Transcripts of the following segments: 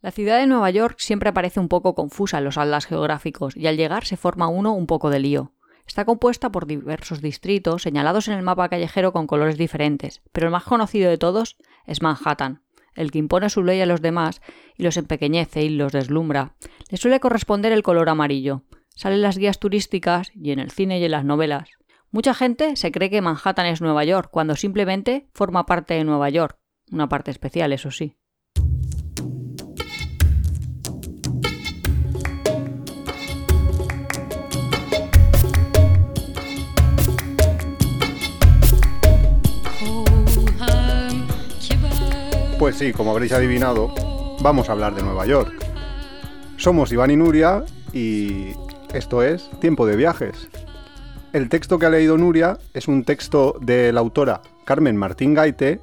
La ciudad de Nueva York siempre aparece un poco confusa en los atlas geográficos y al llegar se forma uno un poco de lío. Está compuesta por diversos distritos señalados en el mapa callejero con colores diferentes, pero el más conocido de todos es Manhattan, el que impone su ley a los demás y los empequeñece y los deslumbra. Le suele corresponder el color amarillo. Salen las guías turísticas y en el cine y en las novelas. Mucha gente se cree que Manhattan es Nueva York, cuando simplemente forma parte de Nueva York. Una parte especial, eso sí. Pues sí, como habréis adivinado, vamos a hablar de Nueva York. Somos Iván y Nuria y esto es Tiempo de Viajes. El texto que ha leído Nuria es un texto de la autora Carmen Martín Gaite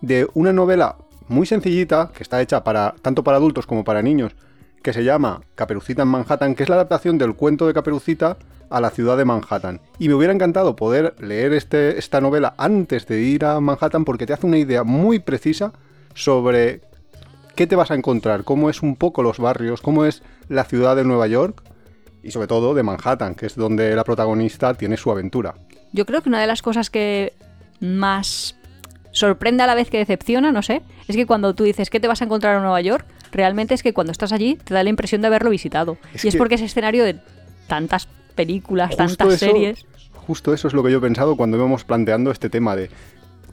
de una novela muy sencillita que está hecha para tanto para adultos como para niños que se llama Caperucita en Manhattan, que es la adaptación del cuento de Caperucita a la ciudad de Manhattan. Y me hubiera encantado poder leer este, esta novela antes de ir a Manhattan porque te hace una idea muy precisa sobre qué te vas a encontrar, cómo es un poco los barrios, cómo es la ciudad de Nueva York y sobre todo de Manhattan, que es donde la protagonista tiene su aventura. Yo creo que una de las cosas que más sorprende a la vez que decepciona, no sé, es que cuando tú dices que te vas a encontrar en Nueva York, realmente es que cuando estás allí te da la impresión de haberlo visitado. Es y es que- porque es escenario de tantas películas, Justo tantas eso- series. Justo eso es lo que yo he pensado cuando íbamos planteando este tema de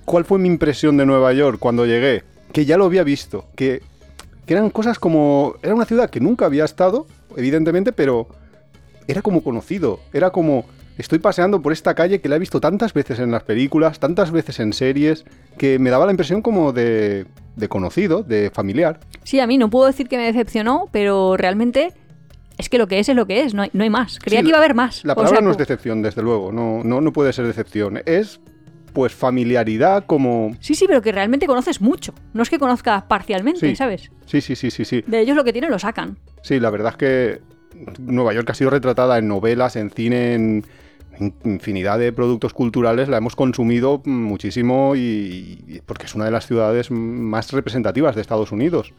cuál fue mi impresión de Nueva York cuando llegué, que ya lo había visto, que, que eran cosas como... Era una ciudad que nunca había estado, evidentemente, pero era como conocido, era como... Estoy paseando por esta calle que la he visto tantas veces en las películas, tantas veces en series, que me daba la impresión como de, de conocido, de familiar. Sí, a mí no puedo decir que me decepcionó, pero realmente es que lo que es es lo que es, no hay, no hay más. Creía Sí, que iba a haber más. La O sea, palabra no es como- decepción, desde luego, no, no, no puede ser decepción. Es pues familiaridad como... Sí, sí, pero que realmente conoces mucho. No es que conozcas parcialmente, Sí. ¿sabes? Sí, sí, sí, sí, sí. De ellos lo que tienen lo sacan. Sí, la verdad es que Nueva York ha sido retratada en novelas, en cine, en in- infinidad de productos culturales, la hemos consumido muchísimo y, y- porque es una de las ciudades más representativas de Estados Unidos.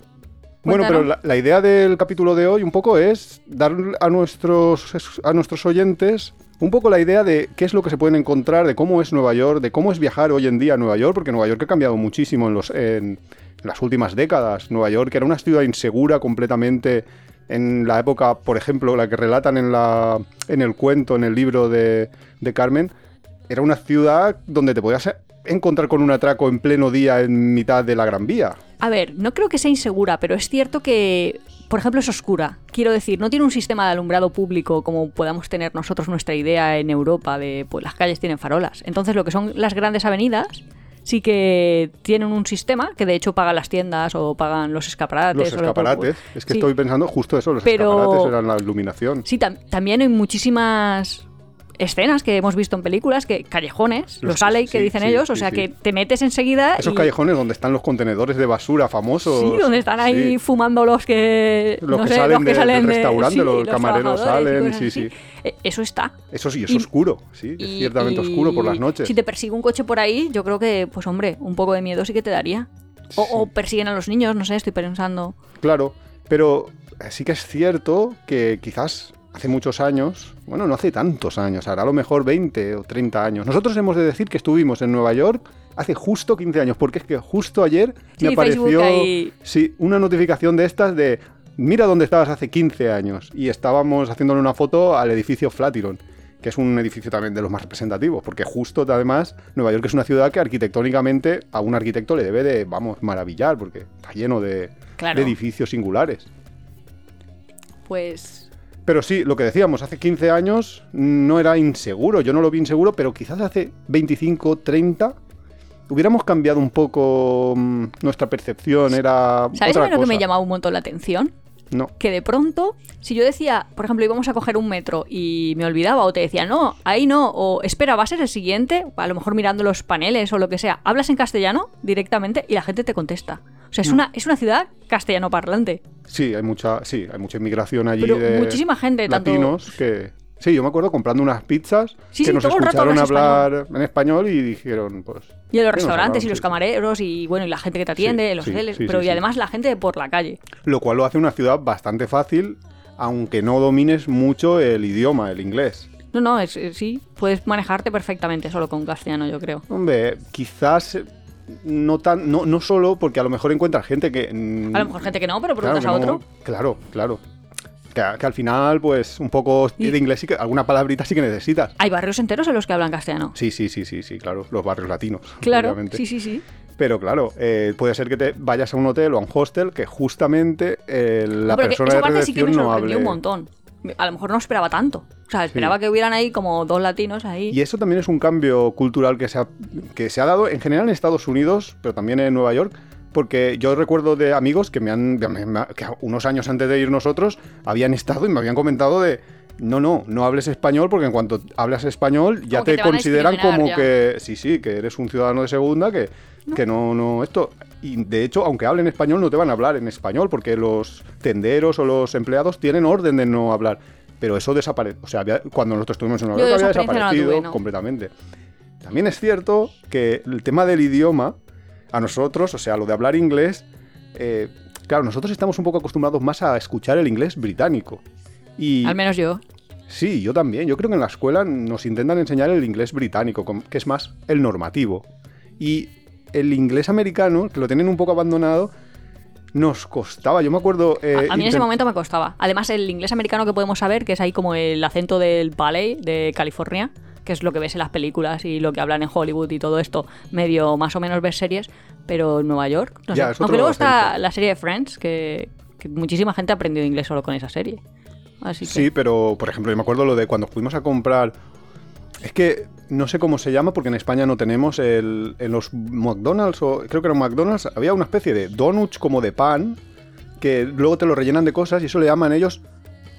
Bueno, pero la, Cuéntanos. la idea del capítulo de hoy un poco es dar a nuestros, a nuestros oyentes un poco la idea de qué es lo que se pueden encontrar, de cómo es Nueva York, de cómo es viajar hoy en día a Nueva York, porque Nueva York ha cambiado muchísimo en, los, en las últimas décadas. Nueva York era una ciudad insegura completamente en la época, por ejemplo, la que relatan en, la, en el cuento, en el libro de, de Carmen, era una ciudad donde te podías encontrar con un atraco en pleno día en mitad de la Gran Vía. A ver, no creo que sea insegura, pero es cierto que, por ejemplo, es oscura. Quiero decir, no tiene un sistema de alumbrado público como podamos tener nosotros nuestra idea en Europa de, pues las calles tienen farolas. Entonces, lo que son las grandes avenidas sí que tienen un sistema que de hecho pagan las tiendas o pagan los escaparates. Los o lo que- escaparates. Es que Sí. estoy pensando justo eso, los Pero- escaparates eran la iluminación. Sí, tam- también hay muchísimas escenas que hemos visto en películas, que callejones, Los- los, alley que sí, dicen sí, ellos, o sí, sea sí. que te metes enseguida Esos y- callejones donde están los contenedores de basura famosos. Sí, donde están ahí Sí. fumando los que, Los no que sé, salen los que de- salen del de- restaurante, sí, los camareros trabajadores y salen, cosas sí, así. Eh, Eso está. Eso sí, es Y- oscuro, sí, es Y- ciertamente y oscuro por las noches. Si te persigue un coche por ahí, yo creo que, pues hombre, un poco de miedo sí que te daría. O, o Sí. persiguen a los niños, no sé, estoy pensando. Claro, pero eh, sí que es cierto que quizás hace muchos años, bueno, no hace tantos años, ahora a lo mejor 20 o 30 años. Nosotros hemos de decir que estuvimos en Nueva York hace justo 15 años, porque es que justo ayer Sí, me apareció Facebook ahí. sí, una notificación de estas de mira dónde estabas hace 15 años y estábamos haciéndole una foto al edificio Flatiron que es un edificio también de los más representativos, porque justo además Nueva York es una ciudad que arquitectónicamente a un arquitecto le debe de, vamos, maravillar, porque está lleno de, Claro. de edificios singulares. Pues Pero sí, lo que decíamos, hace 15 años no era inseguro, yo no lo vi inseguro, pero quizás hace 25, 30 hubiéramos cambiado un poco mm, nuestra percepción, era ¿Sabes a otra mí lo que cosa. me llamaba un montón la atención? No. Que de pronto, si yo decía, por ejemplo, íbamos a coger un metro y me olvidaba, o te decía, no, ahí no, o espera, va a ser el siguiente, a lo mejor mirando los paneles o lo que sea, hablas en castellano directamente y la gente te contesta. O Mm. sea, es, una, es una ciudad castellano parlante. Sí, hay mucha, sí, hay mucha inmigración allí Pero de muchísima gente, tanto- latinos que Sí, yo me acuerdo comprando unas pizzas Sí, que sí, nos todo el rato escucharon hablas hablar en español y dijeron, pues. Y en los ¿qué nos restaurantes hablaron? y los Sí. camareros y bueno, y la gente que te atiende, Sí, los sí, hoteles, sí, pero y sí, sí. además la gente por la calle. Lo cual lo hace una ciudad bastante fácil, aunque no domines mucho el idioma, el inglés. No, no, es, es- sí, puedes manejarte perfectamente solo con castellano, yo creo. Hombre, quizás eh, no tan. No, no solo porque a lo mejor encuentras gente que. mm, A lo mejor gente que no, pero claro, preguntas que a no- otro. Claro, claro. Que, que al final, pues, un poco Y- de inglés sí que alguna palabrita sí que necesitas. Hay barrios enteros en los que hablan castellano. Sí, sí, sí, sí, sí, claro. Los barrios latinos. Claro, obviamente. sí, sí, sí. Pero claro, eh, puede ser que te vayas a un hotel o a un hostel que justamente eh, la No, pero que persona esa de parte sí que recepción me no sorprendió hable. un montón. A lo mejor no esperaba tanto. O sea, esperaba que hubieran ahí como dos latinos ahí. Y eso también es un cambio cultural que se, ha, que se ha dado en general en Estados Unidos, pero también en Nueva York, porque yo recuerdo de amigos que me han me- me- que unos años antes de ir nosotros habían estado y me habían comentado de no, no, no hables español porque en cuanto hablas español ya Como que te, te van a consideran discriminar, como ya. que sí, sí, que eres un ciudadano de segunda, que no. que no no esto y de hecho, aunque hablen español no te van a hablar en español porque los tenderos o los empleados tienen orden de no hablar. Pero eso desaparece, o sea, había- cuando nosotros estuvimos en Nueva Yo York esa había experiencia no la tuve, desaparecido no. completamente. También es cierto que el tema del idioma, a nosotros, o sea, lo de hablar inglés, eh, claro, nosotros estamos un poco acostumbrados más a escuchar el inglés británico. Y Al menos yo. sí, yo también. Yo creo que en la escuela nos intentan enseñar el inglés británico, com- que es más el normativo. Y el inglés americano, que lo tienen un poco abandonado, nos costaba. Yo me acuerdo. eh, a, a mí en ese intent- momento me costaba. Además, el inglés americano que podemos saber, que es ahí como el acento del ballet de California, que es lo que ves en las películas y lo que hablan en Hollywood y todo esto, medio más o menos ver series, pero en Nueva York, no Ya, sé. es otro Aunque luego está acento. la serie de Friends, que, que muchísima gente ha aprendido inglés solo con esa serie. Así que... Sí, pero por ejemplo, yo me acuerdo lo de cuando fuimos a comprar. Es que no sé cómo se llama porque en España no tenemos el, en los McDonald's o creo que era un McDonald's había una especie de donuts como de pan que luego te lo rellenan de cosas y eso le llaman ellos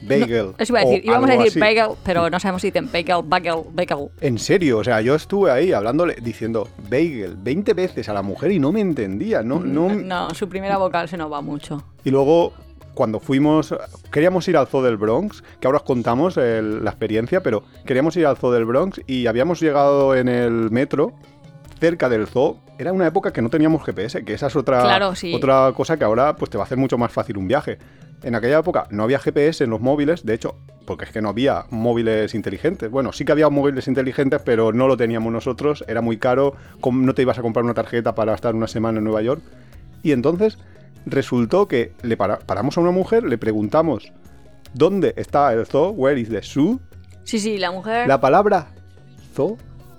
bagel. Eso iba a o decir, íbamos a algo decir así. bagel, pero no sabemos si dicen bagel, bagel, bagel. En serio, o sea, yo estuve ahí hablándole diciendo bagel 20 veces a la mujer y no me entendía, no, no, No, su primera vocal se nos va mucho. Y luego, cuando fuimos, queríamos ir al Zoo del Bronx, que ahora os contamos el- la experiencia, pero queríamos ir al Zoo del Bronx y habíamos llegado en el metro cerca del zoo. Era una época que no teníamos GPS, que esa es otra, Claro, sí. otra cosa que ahora pues, te va a hacer mucho más fácil un viaje. En aquella época no había GPS en los móviles, de hecho, porque es que no había móviles inteligentes. Bueno, sí que había móviles inteligentes, pero no lo teníamos nosotros, era muy caro, com- no te ibas a comprar una tarjeta para estar una semana en Nueva York. Y entonces resultó que le para- paramos a una mujer, le preguntamos dónde está el zoo, where is the zoo. Sí, sí, la mujer... La palabra zoo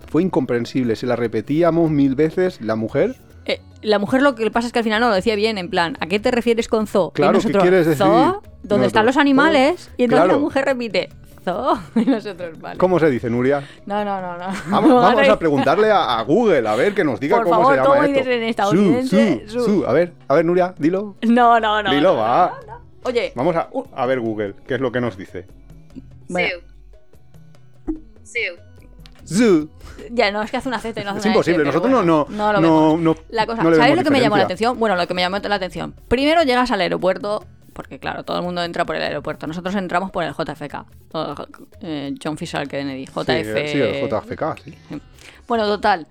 fue incomprensible, se la repetíamos mil veces la mujer. Eh, la mujer lo que le pasa es que al final no lo decía bien, en plan, ¿a qué te refieres con zoo? Claro, y nosotros, ¿qué quieres decir? Zoo, donde Nosotros, están los zoo. animales, y entonces la Claro. mujer repite, zoo, y nosotros, vale. ¿Cómo se dice, Nuria? No, no, no, no. Vamos, Vale. vamos a preguntarle a, a Google, a ver, que nos diga Por cómo favor, se llama ¿cómo esto. dices en estadounidense? Zoo, zoo, Zoo. zoo. A ver, a ver, Nuria, dilo. No, no, no. dilo, no, va. no, Uh. no. Oye, Vamos a, Un- a ver Google, qué es lo que nos dice. bueno, Sue. Zoo. ya no, es que hace una Z y no hace Es una S, imposible, pero nosotros bueno, no, no, lo no, vemos. no- La cosa, no le ¿sabes lo vemos que me llamó la diferencia. atención? Bueno, lo que me llamó la atención. Primero llegas al aeropuerto, porque claro, todo el mundo entra por el aeropuerto. Nosotros entramos por el JFK. o, eh, John Fisher Kennedy, JF. Sí, sí, el JFK, sí. Bueno, total.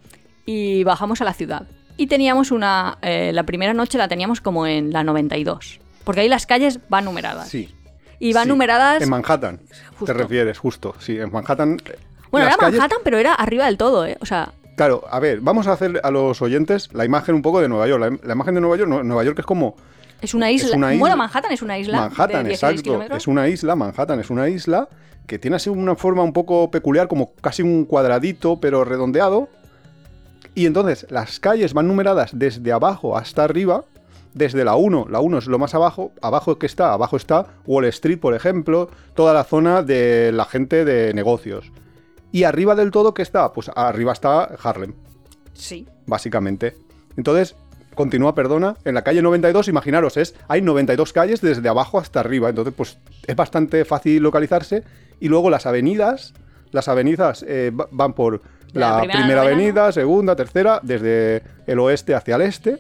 Y bajamos a la ciudad. Y teníamos una. eh, la primera noche la teníamos como en la 92. Porque ahí las calles van numeradas. Sí. Y van Sí, numeradas. En Manhattan, Justo. te refieres, justo. Sí, en Manhattan. eh, bueno, las era calles- Manhattan, pero era arriba del todo, ¿eh? O sea, Claro, a ver, vamos a hacer a los oyentes la imagen un poco de Nueva York. La, im- la imagen de Nueva York, no- Nueva York es como es una isla. una isla- Bueno, Manhattan es una isla. Manhattan, de 16 exacto. kilómetros. Es una isla, Manhattan es una isla que tiene así una forma un poco peculiar, como casi un cuadradito, pero redondeado. Y entonces las calles van numeradas desde abajo hasta arriba. Desde la 1, la 1 es lo más abajo, abajo que está, abajo está Wall Street, por ejemplo, toda la zona de la gente de negocios. Y arriba del todo, ¿qué está? Pues arriba está Harlem Sí. básicamente. Entonces, continúa, perdona, en la calle 92, imaginaros, es, hay 92 calles desde abajo hasta arriba, entonces pues es bastante fácil localizarse. Y luego las avenidas, las avenidas eh, va- van por La la, primera, primera, novena, avenida, segunda, tercera, desde el oeste hacia el este.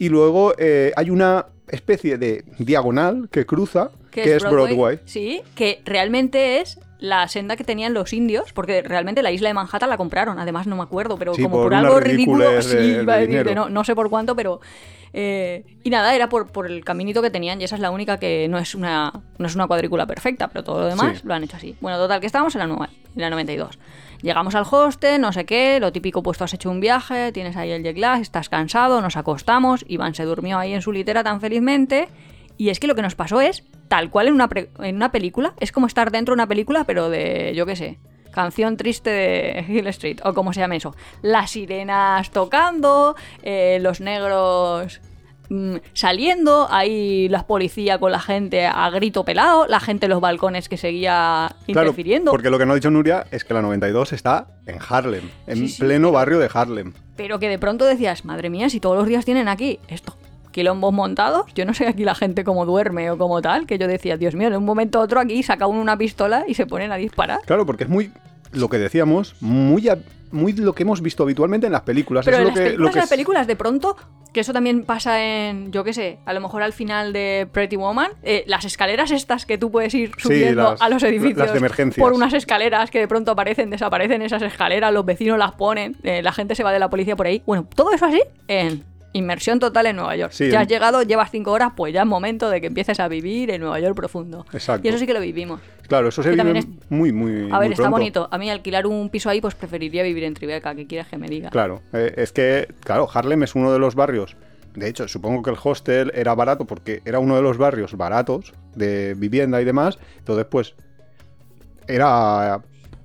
Y luego eh, hay una especie de diagonal que cruza, que, es Broadway. Sí, que realmente es la senda que tenían los indios, porque realmente la isla de Manhattan la compraron, además no me acuerdo, pero Sí, como por por, una algo ridículo, ridiculez sí, de- iba a de decir que dinero. no, no sé por cuánto, pero... eh, y nada, era por, por el caminito que tenían y esa es la única que no es una, no es una cuadrícula perfecta, pero todo lo demás Sí. Pues lo han hecho así. Bueno, total, que estábamos en la, nueva, en la 92. Llegamos al hostel, no sé qué, lo típico, pues tú has hecho un viaje, tienes ahí el jet lag, estás cansado, nos acostamos, Iván se durmió ahí en su litera tan felizmente. Y es que lo que nos pasó es, tal cual en una, pre- en una película, es como estar dentro de una película, pero de, yo qué sé, canción triste de Hill Street, o como se llame eso. Las sirenas tocando, eh, los negros mm, saliendo, ahí la policía con la gente a grito pelado, la gente en los balcones que seguía Claro, interfiriendo. porque lo que no ha dicho Nuria es que la 92 está en Harlem, en Sí, sí. pleno barrio de Harlem. Pero que de pronto decías, madre mía, si todos los días tienen aquí esto, quilombos montados, yo no sé aquí la gente cómo duerme o como tal, que yo decía, Dios mío, en un momento u otro aquí saca uno una pistola y se ponen a disparar. Claro, porque es muy, lo que decíamos, muy, a- muy lo que hemos visto habitualmente en las películas. Pero es en lo las que, películas, lo que en las es- películas, de pronto, que eso también pasa en, yo qué sé, a lo mejor al final de Pretty Woman, eh, las escaleras estas que tú puedes ir Sí, subiendo las- a los edificios las de emergencias. por unas escaleras que de pronto aparecen, desaparecen esas escaleras, los vecinos las ponen, eh, la gente se va de la policía por ahí. Bueno, todo eso así en inmersión total en Nueva York. Sí, ya en- has llegado, llevas cinco horas, pues ya es momento de que empieces a vivir en Nueva York profundo. Exacto. Y eso sí que lo vivimos. Claro, eso se que vive también muy, muy A ver, muy está pronto. bonito. A mí alquilar un piso ahí, pues preferiría vivir en Tribeca, que quieras que me diga. Claro, eh, es que, claro, Harlem es uno de los barrios. De hecho, supongo que el hostel era barato porque era uno de los barrios baratos de vivienda y demás. Entonces, pues, era,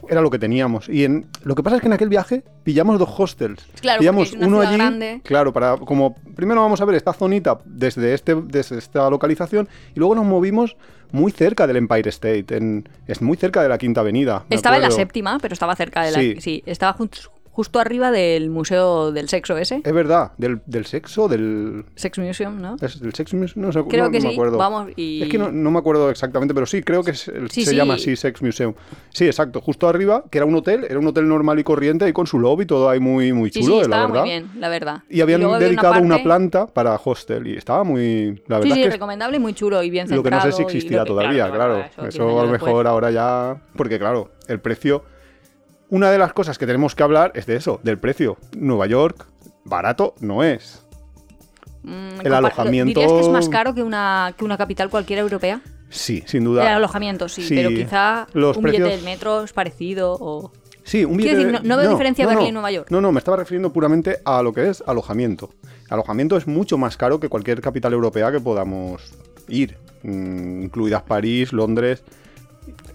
era lo que teníamos. Y en, lo que pasa es que en aquel viaje pillamos dos hostels. Claro, pillamos porque es una uno ciudad allí. grande. Claro, para como primero vamos a ver esta zonita desde, este, desde esta localización y luego nos movimos muy cerca del Empire State. En, es muy cerca de la Quinta Avenida. me Estaba en la acuerdo. séptima, pero estaba cerca de la. Sí, Sí. estaba jus- justo arriba del Museo del Sexo ese. Es verdad, del, del sexo, del, Sex Museum, ¿no? ¿Es el Sex Museum? No, sé- Creo no- que no sí, me acuerdo. vamos y- Es que no, no me acuerdo exactamente, pero sí, creo que es el- Sí, se sí. llama así Sex Museum. Sí, exacto, justo arriba, que era un hotel, era un hotel normal y corriente, ahí con su lobby, todo ahí muy, muy Sí, chulo, sí, la estaba verdad. muy bien, la verdad. Y habían luego había dedicado una, parte- planta para hostel y estaba muy... La Sí, verdad sí, es que recomendable y muy chulo y bien lo que no sé si centrado y existirá lo que- todavía, claro. diez Eso, años a lo después. mejor ahora ya... Porque claro, el precio... Una de las cosas que tenemos que hablar es de eso, del precio. Nueva York, barato no es. Mm, el compar- alojamiento- ¿Dirías que es más caro que una, que una capital cualquiera europea? Sí, sin duda. El alojamiento, sí, Sí, pero quizá los un precios- billete del metro es parecido o... Sí, un Quiero billete decir, de- no- no veo diferencia Berlín y no. Nueva York. No, no, me estaba refiriendo puramente a lo que es alojamiento. Alojamiento es mucho más caro que cualquier capital europea que podamos ir, mm, incluidas París, Londres.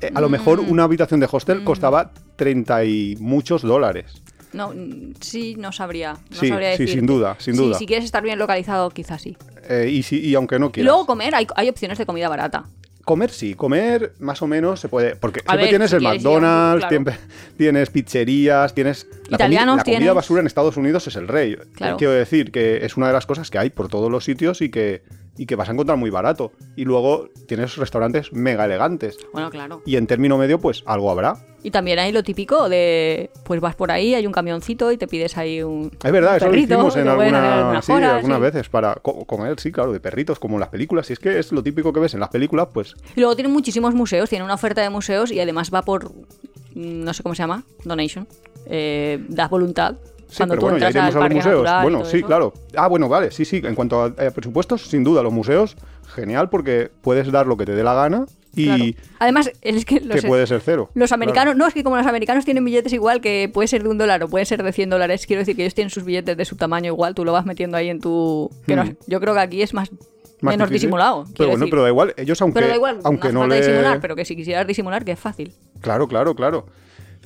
Eh, a lo mejor Mm. una habitación de hostel costaba 30 y muchos dólares. No, mm, sí, no sabría. No Sí, sabría sí, decirte. sin duda, sin Sí, duda. si quieres estar bien localizado, quizás sí. Eh, y, si- y aunque no Y quieras. luego comer, hay, hay opciones de comida barata. Comer sí, comer más o menos se puede. Porque siempre ver, tienes si el quieres ir a un- McDonald's, claro. siempre- tienes pizzerías, tienes. la comi- Italianos la comida tienes. basura en Estados Unidos es el rey. Claro. Quiero decir que es una de las cosas que hay por todos los sitios y que, y que vas a encontrar muy barato. Y luego tienes restaurantes mega elegantes. Bueno, claro. Y en término medio, pues algo habrá. Y también hay lo típico de, pues vas por ahí, hay un camioncito y te pides ahí un... Es verdad, un eso perrito, lo hicimos en que pueden alguna- hacer algunas sí, horas, algunas sí. veces para co- comer, sí, claro, de perritos, como en las películas. Y es que es lo típico que ves en las películas, pues Y luego tienen muchísimos museos, tienen una oferta de museos y además va por, mm, no sé cómo se llama, donation. Eh, das voluntad. Sí, cuando pero tú bueno, ya entras al iremos a los parque museos. natural y Bueno, todo sí, eso. claro. Ah, bueno, vale, sí, sí. En cuanto a, eh, presupuestos, sin duda, los museos, genial, porque puedes dar lo que te dé la gana y Claro. Además, es que que los, puede ser cero. los americanos, no, es que como los americanos tienen billetes igual que puede ser de un dólar o puede ser de 100 dólares, quiero decir que ellos tienen sus billetes de su tamaño igual, tú lo vas metiendo ahí en tu... que no- Hmm. yo creo que aquí es más, Claro. Más menos difícil. disimulado. Pero quiero bueno, decir. pero da igual. Ellos, aunque, Pero da igual, aunque no, no hace falta le. disimular, pero que si quisieras disimular, que es fácil. Claro, claro, claro.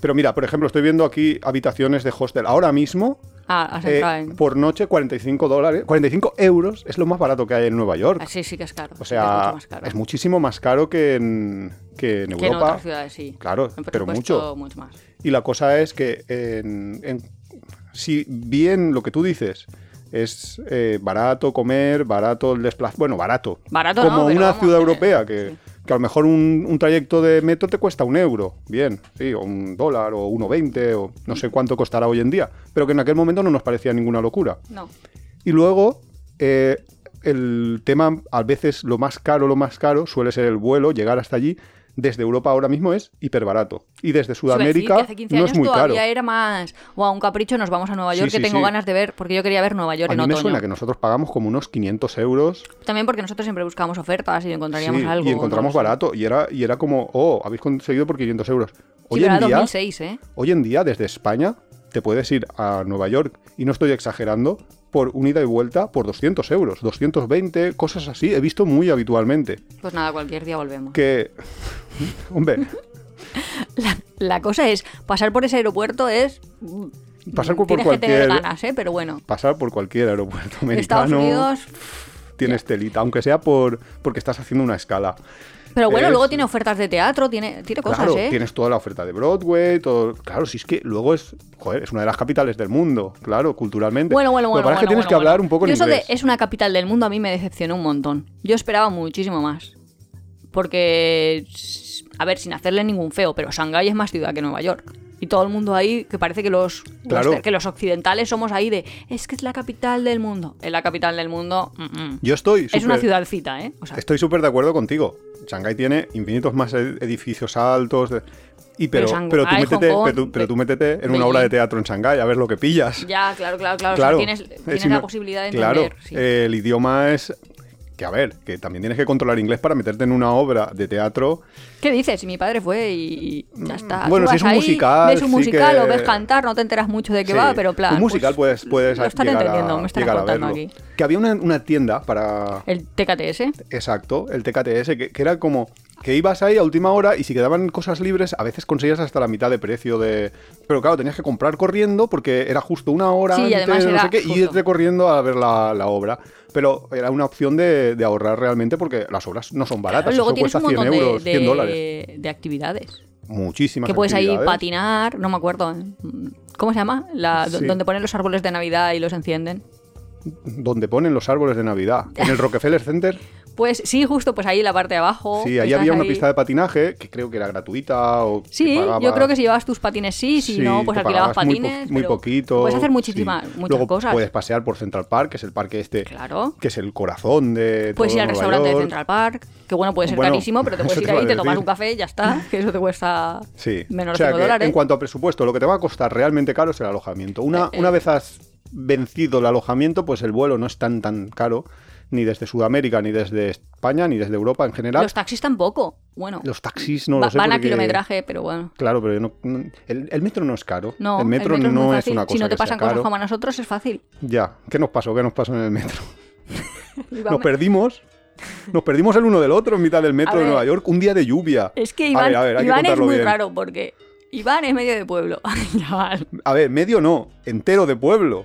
Pero mira, por ejemplo, estoy viendo aquí habitaciones de hostel. Ahora mismo, Ah, has eh, entrado en... por noche, 45 dólares, 45 euros es lo más barato que hay en Nueva York. Ah, sí, sí que es caro. o sí que es sea, mucho más caro. muchísimo más caro que en, que en que en Europa. otras ciudades, sí. Claro, En pero presupuesto, mucho. mucho más. Y la cosa es que en- en- si bien lo que tú dices es eh, barato comer, barato el desplazamiento, bueno, barato. Barato no, Como pero una vamos, ciudad eh, europea que, sí. que a lo mejor un, un trayecto de metro te cuesta un euro, bien, sí, o un dólar o 1,20 o no sé cuánto costará hoy en día, pero que en aquel momento no nos parecía ninguna locura. No. Y luego, eh, el tema, a veces lo más caro, lo más caro, suele ser el vuelo, llegar hasta allí. desde Europa ahora mismo es hiperbarato. Y desde Eso iba a decir, Sudamérica que hace 15 no años es muy caro. todavía era más. Wow, un capricho, nos vamos a Nueva Sí, York, sí, que tengo sí. ganas de ver, porque yo quería ver Nueva York A en mí me otoño. suena que nosotros pagamos como unos 500 euros También porque nosotros siempre buscamos ofertas y encontraríamos sí, algo. y encontramos no lo sé. barato. Y era, y era como, oh, habéis conseguido por 500 euros. Hoy sí, pero en era día, 2006, ¿eh? Hoy en día, desde España, te puedes ir a Nueva York, y no estoy exagerando, por un ida y vuelta por 200 euros, 220, cosas así, he visto muy habitualmente. Pues nada, cualquier día volvemos. Que, hombre, La, la cosa es, pasar por ese aeropuerto es... mm, pasar por Tienes que cualquier... tener ganas, ¿eh? Pero bueno. Pasar por cualquier aeropuerto Estados americano Unidos... tienes telita, aunque sea por porque estás haciendo una escala. Pero bueno, es- luego tiene ofertas de teatro, tiene, tiene cosas, claro, ¿eh? tienes toda la oferta de Broadway, todo. Claro, si es que luego es, joder, es una de las capitales del mundo, claro, culturalmente. Bueno, bueno, Lo bueno. que pasa es que bueno, tienes bueno, que hablar bueno. un poco en Yo eso de inglés. es una capital del mundo a mí me decepcionó un montón. Yo esperaba muchísimo más. Porque, s- a ver, sin hacerle ningún feo, pero Shanghái es más ciudad que Nueva York. Y todo el mundo ahí, que parece que los, Claro. western- que los occidentales somos ahí de, es que es la capital del mundo. Es la capital del mundo. mm, mm. Yo estoy Es una súper- ciudadcita, ¿eh? O sea, Estoy súper de acuerdo contigo. Shanghái tiene infinitos más ed- edificios altos. de- Y pero, Pero Shanghái, pero, tú métete, Hong Kong, pero, tú, pero Be- tú métete en Beijing. una obra de teatro en Shanghái a ver lo que pillas. ya, claro, claro, claro. o sea, claro. tienes Eh, tienes si la no- posibilidad de Claro, entender. sí. eh, el idioma es... Que a ver, que también tienes que controlar inglés para meterte en una obra de teatro. ¿Qué dices? Si mi padre fue y y ya está. Mm, Bueno, Tú si vas es un ahí, musical, Ves un sí musical, que- lo ves cantar, no te enteras mucho de qué Sí, va, pero en plan. Un musical pues, puedes, puedes lo están llegar, entendiendo, a, me están llegar a contando verlo. aquí. Que había una, una tienda para... El TKTS. Exacto, el TKTS, que, que era como que ibas ahí a última hora y si quedaban cosas libres, a veces conseguías hasta la mitad de precio de. Pero claro, tenías que comprar corriendo porque era justo una hora Sí, y antes, además no era sé qué, justo. y irte corriendo a ver la, la obra. Pero era una opción de, de ahorrar realmente porque las obras no son baratas. Luego eso tienes cuesta un 100 montón euros, de, 100 dólares. de, de actividades. Muchísimas Que puedes ahí actividades. patinar, no me acuerdo. ¿eh? ¿Cómo se llama? La, do- Sí. Donde ponen los árboles de Navidad y los encienden. Donde ponen los árboles de Navidad. En el Rockefeller Center. Pues sí, justo pues ahí en la parte de abajo. Sí, ahí estás había una pista de patinaje que creo que era gratuita o. que Sí, yo pagabas- creo que si llevas tus patines sí, si Sí, no, pues que alquilabas pagabas muy po- patines. Muy, pero poquito. Puedes hacer sí. muchísimas, muchas Luego cosas. Puedes pasear por Central Park, que es el parque este, Claro. que es el corazón de. Puedes todo ir al Nueva restaurante de York. Central Park, que bueno, puede ser Bueno, carísimo, pero te eso puedes te ir iba ahí, a te tomas decir. un café y ya está, que eso te cuesta Sí. menos o sea, de 5 que dólares. Eh, En cuanto a presupuesto, lo que te va a costar realmente caro es el alojamiento. Una, una vez has vencido el alojamiento, pues el vuelo no es tan tan caro, ni desde Sudamérica, ni desde España, ni desde Europa en general. Los taxis tampoco, bueno, Los taxis no va- lo sé. van a porque- kilometraje, pero bueno. Claro, pero yo no- no- el, el metro no es caro. No, el metro, es no muy es fácil. una cosa. Si no que te sea pasan cosas caro. como a nosotros, es fácil. Ya, ¿qué nos pasó? ¿Qué nos pasó en el metro? Iván- Nos perdimos. Nos perdimos el uno del otro en mitad del metro de ver. Nueva York un día de lluvia. Es que A Iván, ver, a ver, hay que Iván es contarlo muy bien. raro porque Iván es medio de pueblo. Chaval. A ver, medio no, entero de pueblo.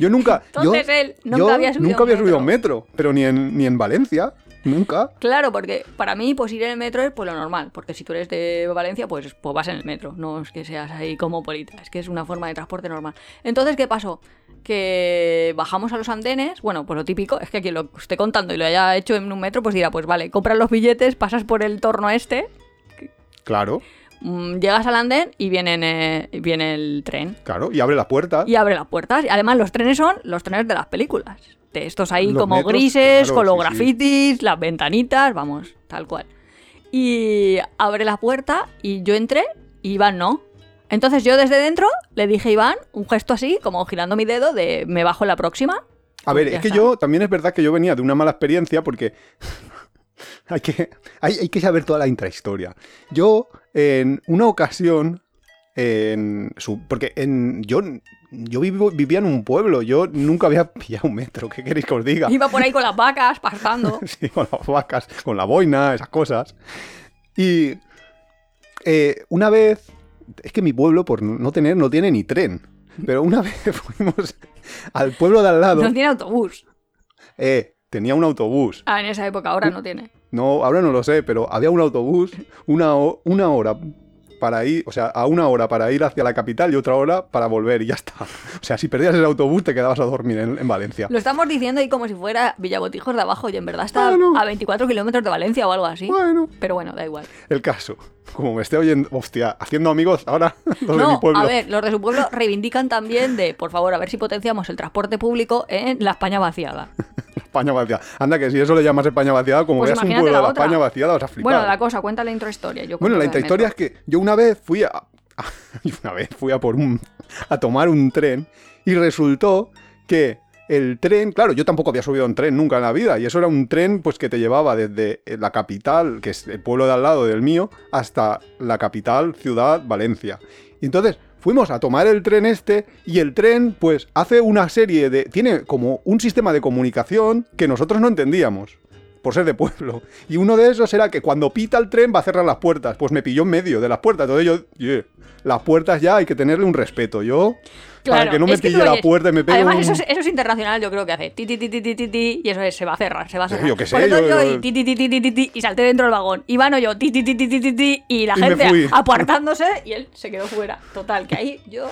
Yo nunca. Entonces yo, él nunca yo había subido a nunca había un subido a un metro, pero ni en, ni en Valencia, nunca. Claro, porque para mí, pues ir en el metro es pues lo normal, porque si tú eres de Valencia, pues, pues vas en el metro, no es que seas ahí cosmopolita, es que es una forma de transporte normal. Entonces, ¿qué pasó? Que bajamos a los andenes, bueno, pues lo típico, es que quien lo esté contando y lo haya hecho en un metro, pues dirá, pues vale, compras los billetes, pasas por el torno este, Claro, mm, llegas al andén y vienen, eh, viene el tren. claro. Y abre la puerta. Y abre las puertas. Y además los trenes son los trenes de las películas. De estos ahí Los como metros, grises, claro, con los sí, sí. grafitis, las ventanitas, vamos, tal cual. Y abre la puerta y yo entré y Iván no. Entonces yo desde dentro le dije a Iván un gesto así, como girando mi dedo de me bajo en la próxima. A ver, Ya es que está. yo también es verdad que yo venía de una mala experiencia porque hay, que, hay, hay que saber toda la intrahistoria. Yo, en una ocasión, en su, porque en, yo, yo vivo- vivía en un pueblo, yo nunca había pillado un metro, ¿qué queréis que os diga? Iba por ahí con las vacas, pasando. Sí, con las vacas, con la boina, esas cosas. Y eh, una vez, es que mi pueblo, por no tener, no tiene ni tren. Pero una vez fuimos al pueblo de al lado. No tiene autobús. Eh, tenía un autobús. Ah, en esa época ahora no tiene. No, ahora no lo sé, pero había un autobús, una, ho- una hora para ir, o sea, a una hora para ir hacia la capital y otra hora para volver y ya está. O sea, si perdías el autobús te quedabas a dormir en, en Valencia. Lo estamos diciendo ahí como si fuera Villabotijos de abajo y en verdad está Bueno. a 24 kilómetros de Valencia o algo así. Bueno, Pero bueno, da igual. el caso. Como me esté oyendo, hostia, haciendo amigos ahora los de mi No, pueblo. a ver, los de su pueblo reivindican también de, por favor, a ver si potenciamos el transporte público en la España vaciada. España vaciada. Anda, que si eso le llamas España vaciada, como Pues veas un imagínate pueblo la de la otra. España vaciada, vas a flipar. Bueno, la cosa, cuenta la intrahistoria. Yo Bueno, cuento la del historia es metro. que yo una vez fui a. yo una vez fui a por un. a tomar un tren y resultó que el tren. Claro, yo tampoco había subido a un tren nunca en la vida. Y eso era un tren pues que te llevaba desde eh, la capital, que es el pueblo de al lado del mío, hasta la capital, ciudad, Valencia. Y entonces. Fuimos a tomar el tren este y el tren pues hace una serie de... Tiene como un sistema de comunicación que nosotros no entendíamos por ser de pueblo. Y uno de esos era que cuando pita el tren va a cerrar las puertas. Pues me pilló en medio de las puertas. Entonces yo, yeah, las puertas ya hay que tenerle un respeto. Yo, para Claro, que no me es tú pille la oyes- puerta y me pegue Además, un- eso, es, eso es internacional, yo creo que hace ti, ti, ti, ti, ti, ti, ti, y eso es, se va a cerrar, se va a Sí, cerrar. yo qué sé, Por eso yo- yo, yo- di ti, ti, ti, ti, ti, ti, ti, y salté dentro del vagón. Y Ivano yo, ti, ti, ti, ti, ti, ti, ti, y la Y me gente fui. apartándose y él se quedó fuera. Total, que ahí yo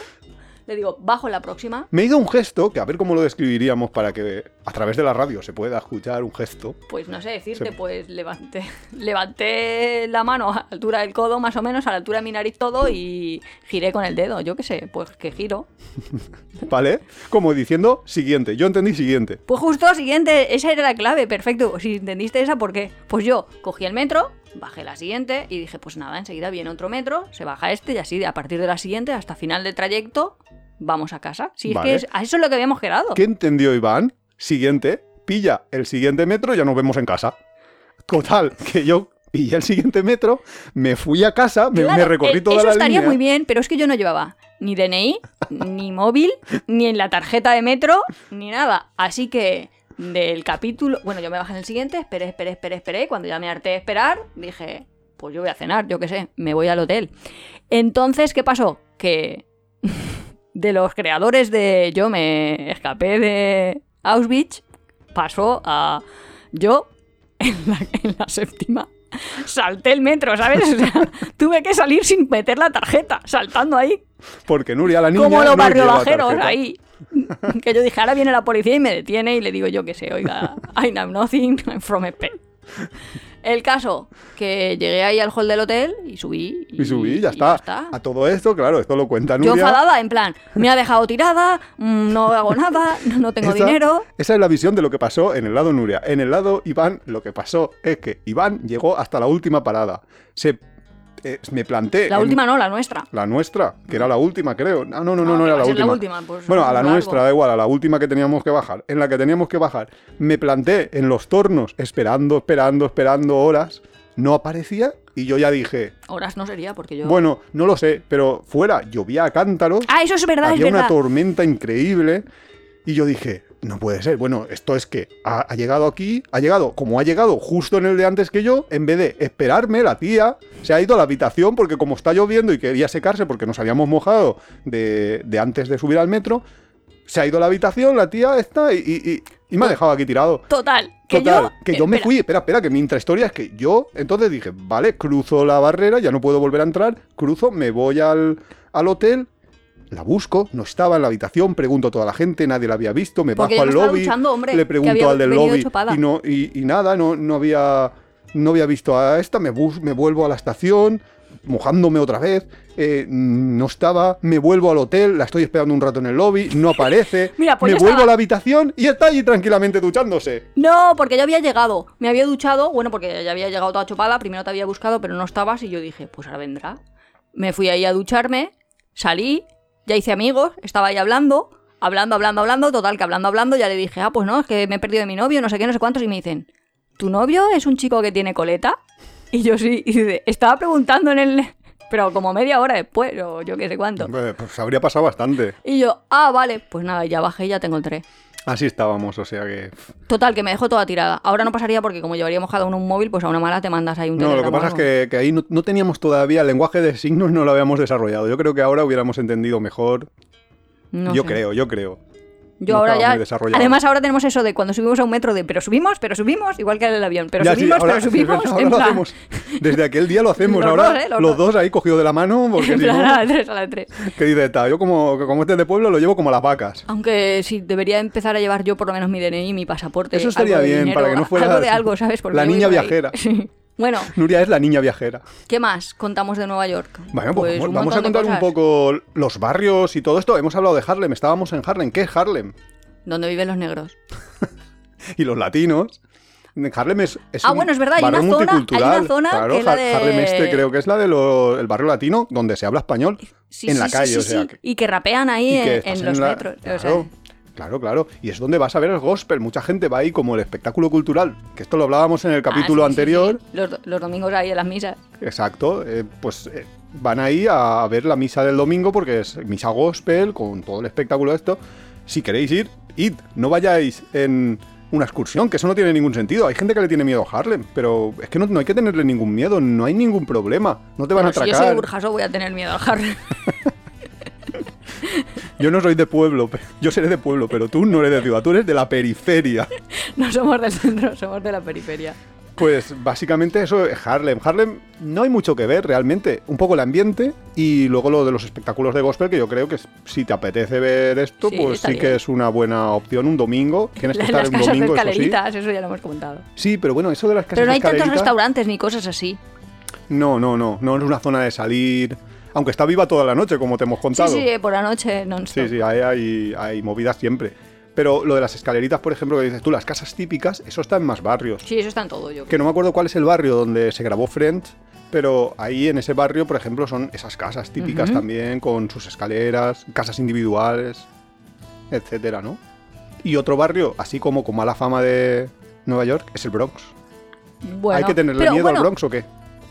le digo, bajo la próxima, Me hizo un gesto, que a ver cómo lo describiríamos para que a través de la radio se pueda escuchar un gesto. pues no sé decirte, Sí. pues levanté, levanté la mano a la altura del codo, más o menos, a la altura de mi nariz todo, y giré con el dedo, yo qué sé, pues que giro. ¿Vale? Como diciendo siguiente. Yo entendí siguiente. Pues justo siguiente, esa era la clave, perfecto. Si entendiste esa, ¿por qué? Pues yo cogí el metro, bajé la siguiente y dije, pues nada, enseguida viene otro metro, se baja este y así, a partir de la siguiente hasta final del trayecto, vamos a casa. Si Vale. es que es- a eso es lo que habíamos quedado. ¿Qué entendió Iván? Siguiente. Pilla el siguiente metro y ya nos vemos en casa. Total, que yo pillé el siguiente metro, me fui a casa, me, Claro, me recorrí eh, toda Eso la estaría línea. muy bien, pero es que yo no llevaba ni DNI, ni móvil, ni en la tarjeta de metro, ni nada. Así que del capítulo, bueno, yo me bajé en el siguiente, esperé, esperé, esperé, esperé. Cuando ya me harté de esperar, dije, pues yo voy a cenar, yo qué sé, me voy al hotel. Entonces, ¿qué pasó? Que de los creadores de Yo me escapé de Auschwitz, pasó a yo en la, en la séptima. Salté el metro, ¿sabes? O sea, tuve que salir sin meter la tarjeta, saltando ahí, Porque Nuria, la niña. como los no barrio lleva bajeros tarjeta. ahí. Que yo dije, ahora viene la policía y me detiene y le digo yo que sé, oiga, I know nothing from Spain. El caso, que llegué ahí al hall del hotel y subí. Y subí, ya está. A todo esto, claro, esto lo cuenta Yo Nuria. enfadada, en plan, me ha dejado tirada, mm, no hago nada, no tengo Esa- dinero. Esa es la visión de lo que pasó en el lado Nuria. En el lado Iván, lo que pasó es que Iván llegó hasta la última parada. Se, eh, me planté. La en- última no, la nuestra. La nuestra, que era la última, creo. Ah, no, no, no, Ah, no que era va la a ser la última. última, pues, bueno, a la largo. nuestra, da igual, a la última que teníamos que bajar. En la que teníamos que bajar, me planté en los tornos, esperando, esperando, esperando horas. No aparecía y yo ya dije, Horas no sería, porque yo. bueno, no lo sé, pero fuera llovía a cántaros. Ah, eso es verdad, Había es una verdad. tormenta increíble y yo dije, no puede ser. Bueno, esto es que ha, ha llegado aquí, ha llegado, como ha llegado justo en el de antes que yo, en vez de esperarme, la tía se ha ido a la habitación porque como está lloviendo y quería secarse porque nos habíamos mojado de, de antes de subir al metro, se ha ido a la habitación la tía esta y, y- y- y Pues me ha dejado aquí tirado. Total, que Total, yo. eh, que yo me espera, fui, espera, espera, que mi intrahistoria es que yo entonces dije, vale, cruzo la barrera, ya no puedo volver a entrar, cruzo, me voy al, al hotel, la busco, no estaba en la habitación, pregunto a toda la gente, nadie la había visto, me Porque yo bajo al me estaba lobby, duchando, hombre, le que pregunto había al del venido lobby chupada. y, no, y, y nada, no, no había no había visto a esta, me, bus- me vuelvo a la estación, mojándome otra vez, eh, no estaba, me vuelvo al hotel, la estoy esperando un rato en el lobby, no aparece, Mira, pues me yo vuelvo estaba- a la habitación y está allí tranquilamente duchándose. No, porque yo había llegado, me había duchado, bueno, porque ya había llegado toda chopada, primero te había buscado, pero no estabas y yo dije, pues ahora vendrá. Me fui ahí a ducharme, salí, ya hice amigos, estaba ahí hablando, hablando, hablando, hablando, total, que hablando, hablando, ya le dije, ah, pues no, es que me he perdido de mi novio, no sé qué, no sé cuántos, y me dicen, ¿tu novio es un chico que tiene coleta? Y yo sí, y dice, estaba preguntando en el... Pero como media hora después, o yo qué sé cuánto. Hombre, Pues habría pasado bastante. Y yo, ah, vale, pues nada, ya bajé y ya tengo el 3. Así estábamos, o sea que. Total, que me dejó toda tirada. Ahora no pasaría porque como llevaríamos cada uno un móvil, pues a una mala te mandas ahí un No, lo que telegrama pasa o es algo. que, que ahí no, no teníamos todavía el lenguaje de signos, no lo habíamos desarrollado. Yo creo que ahora hubiéramos entendido mejor. No yo sé. creo, yo creo. Yo no ahora estaba ya... muy desarrollado. Además ahora tenemos eso de cuando subimos a un metro de pero subimos, pero subimos, igual que en el avión, pero Ya, sí, subimos, ahora- pero subimos. ahora en lo plan- hacemos. Desde aquel día lo hacemos. Los ahora dos, ¿eh? los, Los dos ahí cogidos de la mano, porque en si plan, no, a la tres, a la tres. que dice, "Ta, yo como, como este de pueblo lo llevo como a las vacas. Aunque sí, debería empezar a llevar yo por lo menos mi DNI, mi pasaporte. Eso estaría algo de bien, dinero, para que no fuera Algo de algo, ¿sabes? Porque la yo voy niña por ahí. viajera. Sí. Bueno, Nuria es la niña viajera. ¿qué más contamos de Nueva York? Bueno, pues, vamos- un vamos a montón de contar cosas. un poco los barrios y todo esto. Hemos hablado de Harlem, estábamos en Harlem. ¿Qué es Harlem? ¿Dónde viven los negros? y los latinos. Harlem es, es Ah, un bueno, es verdad, hay barrio una zona- multicultural. hay una zona claro, que es la Har- de- Harlem este creo que es la del barrio latino donde se habla español Sí, en sí, la sí, calle, sí, o sea, sí. que- Y que rapean ahí y en, que en estás los la- metros. o sea, Claro, claro, claro. Y es donde vas a ver el gospel. Mucha gente va ahí como el espectáculo cultural, que esto lo hablábamos en el capítulo ah, sí, sí, anterior. sí. Los, los domingos ahí de las misas. Exacto, eh, pues eh, van ahí a ver la misa del domingo porque es misa gospel con todo el espectáculo de esto. Si queréis ir, id, no vayáis en una excursión, que eso no tiene ningún sentido. Hay gente que le tiene miedo a Harlem, pero es que no, no hay que tenerle ningún miedo, no hay ningún problema, no te van Pero a si yo soy de atracar. Burjaso voy a tener miedo al Harlem. Yo no soy de pueblo, pe- yo seré de pueblo, pero tú no eres de ciudad, tú eres de la periferia. no somos del centro, somos de la periferia. Pues básicamente eso es Harlem. Harlem no hay mucho que ver realmente. Un poco el ambiente y luego lo de los espectáculos de gospel, que yo creo que si te apetece ver esto, Sí, pues está sí que bien. es una buena opción. Un domingo, tienes que La- estar las un casas de domingo, eso sí. escaleritas, eso ya lo hemos comentado. Sí, pero bueno, eso de las casas Pero no hay tantos escaleritas- restaurantes ni cosas así. No, no, no. No es una zona de salir. Aunque está viva toda la noche, como te hemos Sí, contado. sí, eh, por la noche non Sí, sí, hay, hay, hay movidas siempre. Pero lo de las escaleritas, por ejemplo, que dices tú, las casas típicas, eso está en más barrios. eso está en todo, yo que creo. no me acuerdo cuál es el barrio donde se grabó Friends, pero ahí en ese barrio, por ejemplo, son esas casas típicas también, con sus escaleras, casas individuales, etcétera, ¿no? Y otro barrio, así como con mala fama de Nueva York, es el Bronx. Bueno, ¿Hay que tenerle pero miedo bueno, al Bronx o qué?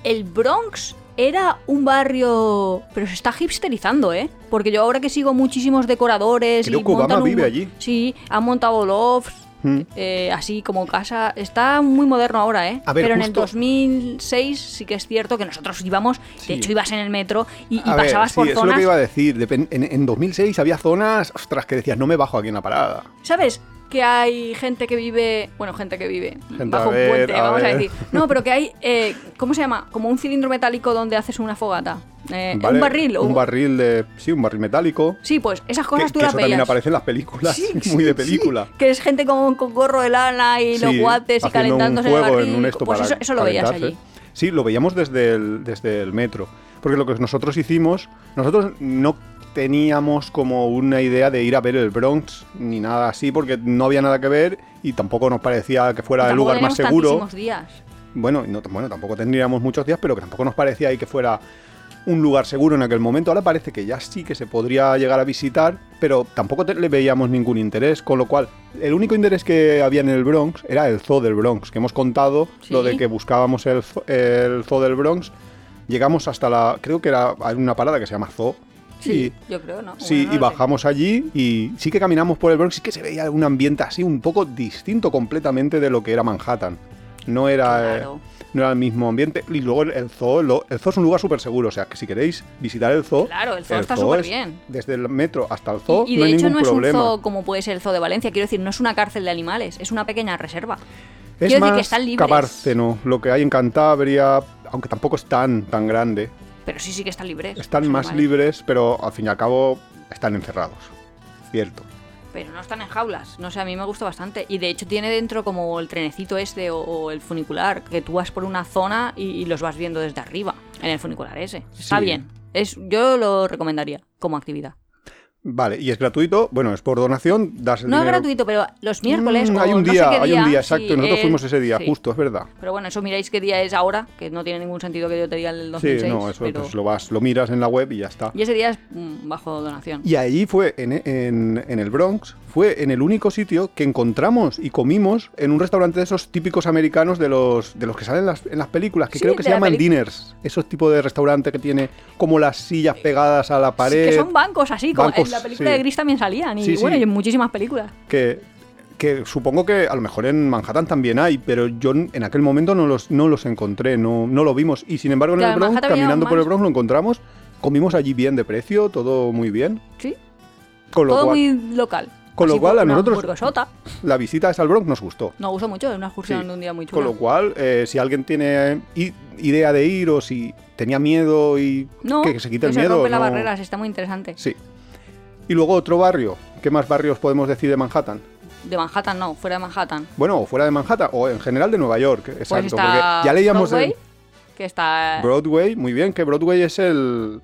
El Bronx era un barrio. Pero se está hipsterizando, ¿eh? Porque yo ahora que sigo muchísimos decoradores. Creo y que Obama montan un vive mo- allí. Sí, han montado lofts. Hmm. eh, así como casa. Está muy moderno ahora, ¿eh? A ver, Pero en el justo- 2006 sí que es cierto que nosotros íbamos. Sí. De hecho, ibas en el metro y, y A ver, pasabas sí, por eso es lo zonas. que iba a decir. Depen- En, en 2006 había zonas, ostras, que decías, no me bajo aquí en la parada. ¿Sabes? Que hay gente que vive. Bueno, gente que vive Gente, bajo a ver, un puente, a vamos ver. a decir. No, pero que hay. eh, ¿Cómo se llama? Como un cilindro metálico donde haces una fogata. Eh, Vale, Un barril. o- Un barril de... Sí, un barril metálico. Sí, pues esas cosas que tú que las eso también veías. aparece en las películas, Sí, muy de sí, película. sí, que es gente con, con gorro de lana y los Sí, guantes y haciendo un calentándose juego el barril. en un esto pues para eso, eso lo veías calentarse. allí. Sí, lo veíamos desde el, desde el metro. Porque lo que nosotros hicimos, nosotros no teníamos como una idea de ir a ver el Bronx ni nada así, porque no había nada que ver y tampoco nos parecía que fuera el Tampoco lugar más teníamos seguro. tantísimos días. Bueno, y no- bueno, tampoco tendríamos muchos días, pero que tampoco nos parecía ahí que fuera un lugar seguro en aquel momento. Ahora parece que ya sí que se podría llegar a visitar, pero tampoco te- le veíamos ningún interés, con lo cual el único interés que había en el Bronx era el zoo del Bronx, que hemos contado Sí. lo de que buscábamos el, zo- el zoo del Bronx. Llegamos hasta la, creo que era hay una parada que se llama zoo. y- Sí, yo creo, ¿no? Bueno, no Sí, y lo sé. bajamos allí y sí que caminamos por el Bronx, sí que se veía un ambiente así un poco distinto completamente de lo que era Manhattan. No era, eh, Claro. no era el mismo ambiente. Y luego el, el zoo, lo- el zoo es un lugar súper seguro, o sea, que si queréis visitar el zoo... Claro, el zoo está superbién. es Desde el metro hasta el zoo Y, y no de hay hecho no ningún es problema. un zoo como puede ser el zoo de Valencia. Quiero decir, no es una cárcel de animales, es una pequeña reserva. Es Quiero más decir que están libres. Cabárceno, lo que hay en Cantabria, aunque tampoco es tan, tan grande. Pero sí, sí que están libres. Están los más animales. libres, pero al fin y al cabo están encerrados. Cierto. Pero no están en jaulas. No sé, a mí me gusta bastante. Y de hecho tiene dentro como el trenecito este o, o el funicular, que tú vas por una zona y, y los vas viendo desde arriba, en el funicular ese. Está Sí. bien. Es, yo lo recomendaría como actividad. Vale, y es gratuito, bueno, es por donación, das el No es dinero- gratuito, pero los miércoles. Mm, o hay un no sé día, qué hay un día, exacto, sí, y nosotros es- fuimos ese día, sí. justo, es verdad. Pero bueno, eso miráis qué día es ahora, que no tiene ningún sentido que yo te diga el 2006. sí, no, eso pero- pues, lo vas, lo miras en la web y ya está. Y ese día es mm, bajo donación. Y allí fue, en, en- en el Bronx, fue en el único sitio que encontramos y comimos en un restaurante de esos típicos americanos de los, de los que salen en las, en las películas, que Sí, creo que de se la llaman peli- diners. Esos tipos de restaurante que tiene como las sillas pegadas a la Sí, pared. que son bancos así, como bancos, en la película sí. de Gris también salían, y Sí, sí. bueno, y en muchísimas películas. que, que supongo que a lo mejor en Manhattan también hay, pero yo n- en aquel momento no los, no los encontré, no, no lo vimos. Y sin embargo, en Claro, el en Bronx, Manhattan había caminando por el más. Bronx, lo encontramos. Comimos allí bien de precio, todo muy bien. Sí, Con lo todo cual, muy local. Con lo Así cual, fue a una nosotros- hamburguesota. la visita esa al Bronx nos gustó. Nos gustó mucho, es una excursión Sí. de un día muy Con chula. lo cual, eh, si alguien tiene i- idea de ir o si tenía miedo y no, que se quite el se miedo. rompe la no- barrera, sí, está muy interesante. Sí. Y luego otro barrio. ¿Qué más barrios podemos decir de Manhattan? De Manhattan no, fuera de Manhattan. Bueno, o fuera de Manhattan, o en general de Nueva York. Exacto. Pues está porque ya leíamos el- Broadway, que está... Broadway, muy bien, que Broadway es el,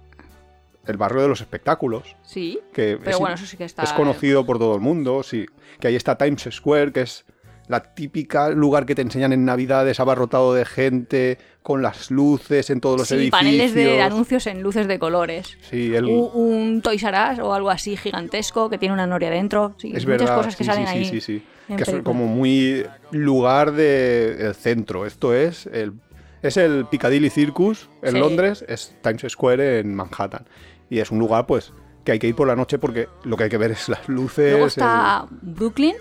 el barrio de los espectáculos, sí, que pero es, bueno, eso sí que está... es conocido por todo el mundo, sí. Que ahí está Times Square, que es La típica lugar que te enseñan en Navidades, abarrotado de gente, con las luces en todos los sí, edificios. paneles de anuncios en luces de colores. Sí, el- U- Un Toys R Us o algo así gigantesco que tiene una noria dentro. Sí, es muchas verdad. cosas que sí, salen sí, ahí. sí, sí, sí. en Que es película. como muy lugar del centro. Esto es el, es el Piccadilly Circus en Sí. Londres, es Times Square en Manhattan. Y es un lugar, pues, que hay que ir por la noche porque lo que hay que ver es las luces. Luego el- está Brooklyn,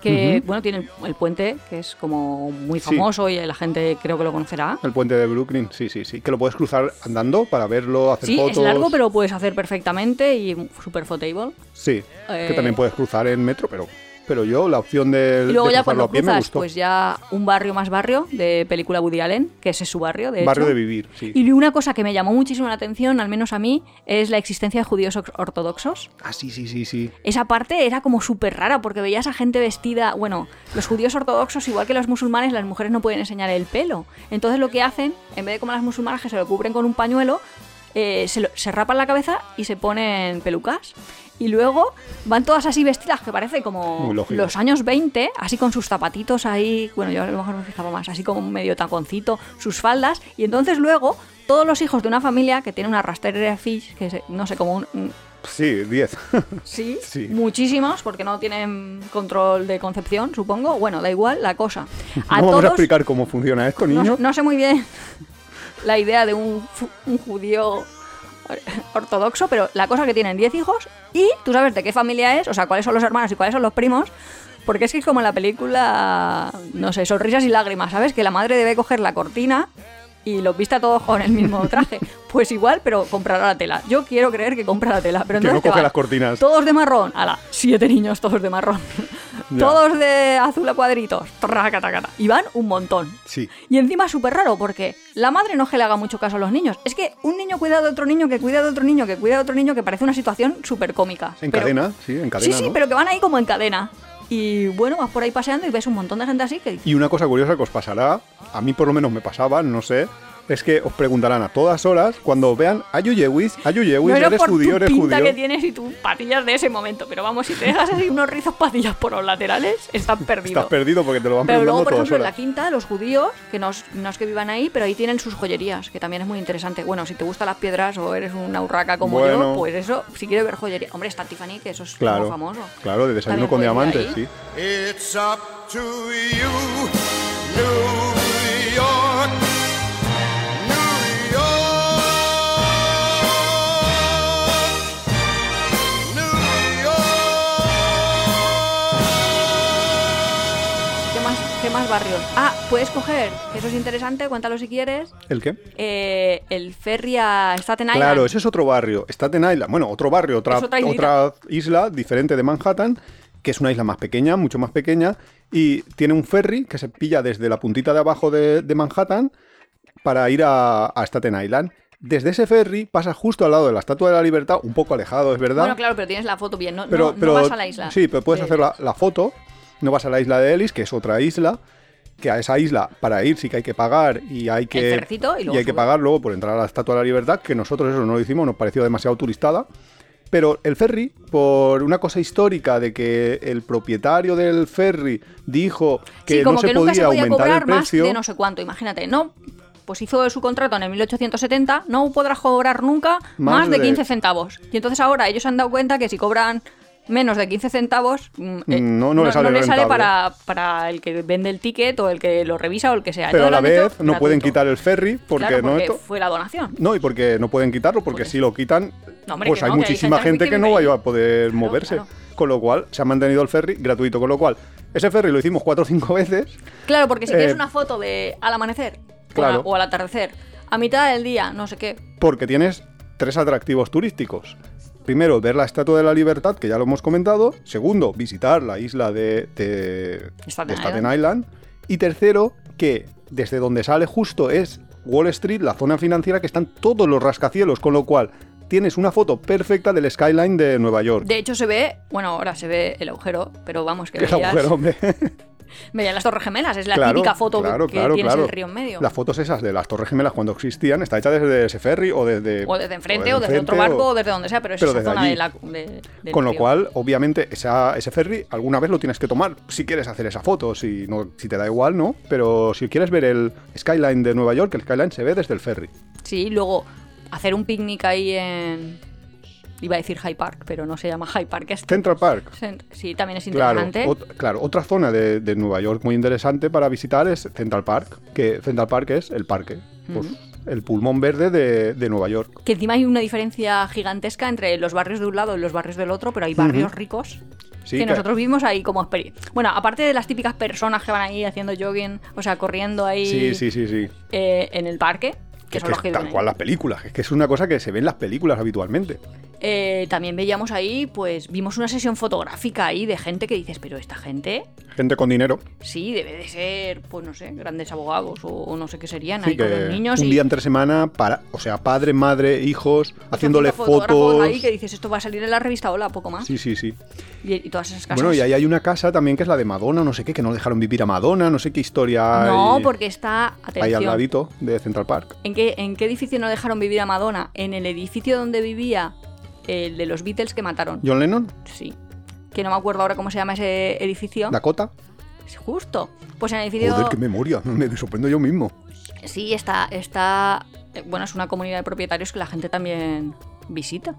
que eh. Ujú. bueno, tiene el, el puente, que es como muy Sí. famoso y la gente creo que lo conocerá. El puente de Brooklyn, sí, sí, sí. Que lo puedes cruzar andando para verlo, hacer Sí, fotos. es largo, pero lo puedes hacer perfectamente y super footable. Sí, Eh, que también puedes cruzar en metro, pero, pero yo la opción del- de, Y luego ya cruzarlo cuando a pie me cruzas, gustó. pues ya un barrio más barrio de película Woody Allen, que ese es su barrio, de Barrio hecho. de vivir, sí. Y una cosa que me llamó muchísimo la atención, al menos a mí, es la existencia de judíos or- ortodoxos. Ah, sí, sí, sí, sí. Esa parte era como súper rara porque veías a gente vestida, bueno, los judíos ortodoxos, igual que los musulmanes, las mujeres no pueden enseñar el pelo. Entonces lo que hacen, en vez de como las musulmanas que se lo cubren con un pañuelo, eh, se, lo- se rapan la cabeza y se ponen pelucas. Y luego van todas así vestidas, que parece como Muy lógico. los años 20, así con sus zapatitos ahí, bueno, yo a lo mejor me fijaba más, así como medio taconcito, sus faldas, y entonces luego todos los hijos de una familia que tiene una rastrera fish, que se- no sé, como un- un, Sí, 10. Sí, Sí. muchísimos, porque no tienen control de concepción, supongo. Bueno, da igual la cosa. A no vamos a todos, explicar cómo funciona esto, no, niño. no sé muy bien la idea de un, fu- un judío or- ortodoxo, pero la cosa que tienen 10 hijos y tú sabes de qué familia es, o sea, cuáles son los hermanos y cuáles son los primos, porque es que es como en la película, no sé, sonrisas y lágrimas, ¿sabes? Que la madre debe coger la cortina y los viste a todos con el mismo traje. Pues igual, pero comprará la tela. Yo quiero creer que compra la tela, pero que no entonces te coge va- las cortinas. todos de marrón. Ala, siete niños todos de marrón. Ya. Todos de azul a cuadritos. Traca, traca, traca. Y van un montón. Sí. Y encima es súper raro porque la madre no es que le haga mucho caso a los niños. Es que un niño cuida de otro niño, que cuida de otro niño, que cuida de otro niño, que parece una situación súper cómica. En Pero- cadena, sí, en cadena. sí, sí, ¿no? pero que van ahí como en cadena. Y bueno, vas por ahí paseando y ves un montón de gente así que dices, Y una cosa curiosa que os pasará, a mí por lo menos me pasaba, no sé, es que os preguntarán a todas horas cuando os vean, ¿Ayu Yewis? ¿Ayu Yewis? no ¿Eres por tu judío? ¿Eres pinta judío? que tienes y tus patillas de ese momento. Pero vamos, si te dejas así unos rizos patillas por los laterales, estás perdido. Estás perdido porque te lo van Pero preguntando luego, por todas ejemplo, en la horas. quinta, los judíos, que no es, no es que vivan ahí, pero ahí tienen sus joyerías, que también es muy interesante. Bueno, si te gustan las piedras o eres una urraca como Bueno. yo, pues eso, si quieres ver joyería. Hombre, está Tiffany, que eso es Claro, como famoso. claro, de desayuno También con puedes ir diamantes, ahí. sí. It's up to you, New York, New York, New York. ¿Qué más, ¿Qué más barrios? Ah, puedes coger, que eso es interesante, cuéntalo si quieres, ¿El qué? eh, el ferry a Staten Island. Claro, ese es otro barrio. Staten Island, bueno, otro barrio, otra, Es otra islita. otra isla diferente de Manhattan, que es una isla más pequeña, mucho más pequeña, y tiene un ferry que se pilla desde la puntita de abajo de, de Manhattan para ir a, a Staten Island. Desde ese ferry pasa justo al lado de la Estatua de la Libertad, un poco alejado, es verdad. Bueno, claro, pero tienes la foto bien, no, pero, no- no pero- vas a la isla. Sí, pero puedes Eh, hacer la, la foto. No vas a la isla de Ellis, que es otra isla, que a esa isla para ir sí que hay que pagar y hay que ferricito y luego hay que subes. pagar luego por entrar a la Estatua de la Libertad, que nosotros eso no lo hicimos, nos pareció demasiado turistada. Pero el ferry, por una cosa histórica de que el propietario del ferry dijo que sí, como no se que podía nunca se podía aumentar cobrar el precio, más de no sé cuánto, imagínate, ¿no? Pues hizo su contrato en el 1870, no podrás cobrar nunca Más más, de de- 15 centavos. Y entonces ahora ellos se han dado cuenta que si cobran menos de 15 centavos, mm, eh, No, no le sale le rentable. para, para el que vende el ticket o el que lo revisa o el que sea. pero Entonces a lo la han vez hecho no pueden gratuito. quitar el ferry porque, Claro, no porque esto- fue la donación. No, y porque no pueden quitarlo, porque Porque- si lo quitan, No, hombre, pues que hay no, que hay muchísima gente gente, que que no vive va ahí. a poder Claro, moverse. claro. Con lo cual, se ha mantenido el ferry gratuito. Con lo cual, ese ferry lo hicimos cuatro o cinco veces. Claro, porque si Eh, quieres una foto de al amanecer o a- claro. o al atardecer, a mitad del día, no sé qué, porque tienes tres atractivos turísticos. Primero, ver la Estatua de la Libertad, que ya lo hemos comentado. Segundo, visitar la isla de, de- Staten de Staten Island. Island. Y tercero, que desde donde sale justo es Wall Street, la zona financiera, que están todos los rascacielos, con lo cual tienes una foto perfecta del skyline de Nueva York. De hecho se ve, bueno, ahora se ve el agujero, pero vamos que Que el veías- agujero, hombre. Veía las Torres Gemelas, es la Claro, típica foto que- claro, que claro, tienes claro. el río en medio. Las fotos esas de las Torres Gemelas cuando existían, está hecha desde ese ferry o desde. o desde enfrente, o desde, otro enfrente, barco, o... o- desde donde sea, pero es pero esa desde zona allí. de la, de- del Con lo río. cual, obviamente, esa- ese ferry alguna vez lo tienes que tomar si quieres hacer esa foto, si, no, si te da igual, ¿no? Pero si quieres ver el skyline de Nueva York, el skyline se ve desde el ferry. Sí, luego hacer un picnic ahí en. Iba a decir High Park, pero no se llama High Park. este. Central Park. Sí, también es Claro, interesante. ot- claro, otra zona de, de Nueva York muy interesante para visitar es Central Park, que Central Park es el parque, pues, el pulmón verde de, de Nueva York. Que encima hay una diferencia gigantesca entre los barrios de un lado y los barrios del otro, pero hay barrios ricos que, Sí, que- nosotros vimos ahí como experiencia. Bueno, aparte de las típicas personas que van ahí haciendo jogging, o sea, corriendo ahí Sí, sí, sí, sí. eh, en el parque, que, Que, es son que los que viven es tal ahí. cual las películas, es que es una cosa que se ve en las películas habitualmente. Eh, también veíamos ahí, pues vimos una sesión fotográfica ahí de gente que dices, pero esta gente Gente con dinero. sí debe de ser, pues no sé, grandes abogados o, o no sé qué serían Sí, ahí con que los niños un y día entre semana, para, o sea, padre, madre, hijos, haciéndole fotógrafos fotos. ahí que dices, esto va a salir en la revista Hola, poco más. Sí, sí, sí. Y, y todas esas casas. Bueno, y ahí hay una casa también que es la de Madonna, no sé qué, que no dejaron vivir a Madonna, no sé qué historia No, hay porque está ahí al atención. ladito de Central Park. ¿En qué, ¿En qué edificio no dejaron vivir a Madonna? En el edificio donde vivía el de los Beatles que mataron. John Lennon, Sí. Que no me acuerdo ahora cómo se llama ese edificio. Dakota. Es Justo. Pues en el edificio. Joder, qué memoria, me sorprendo yo mismo. Sí, está, está. eh, Bueno, es una comunidad de propietarios que la gente también visita.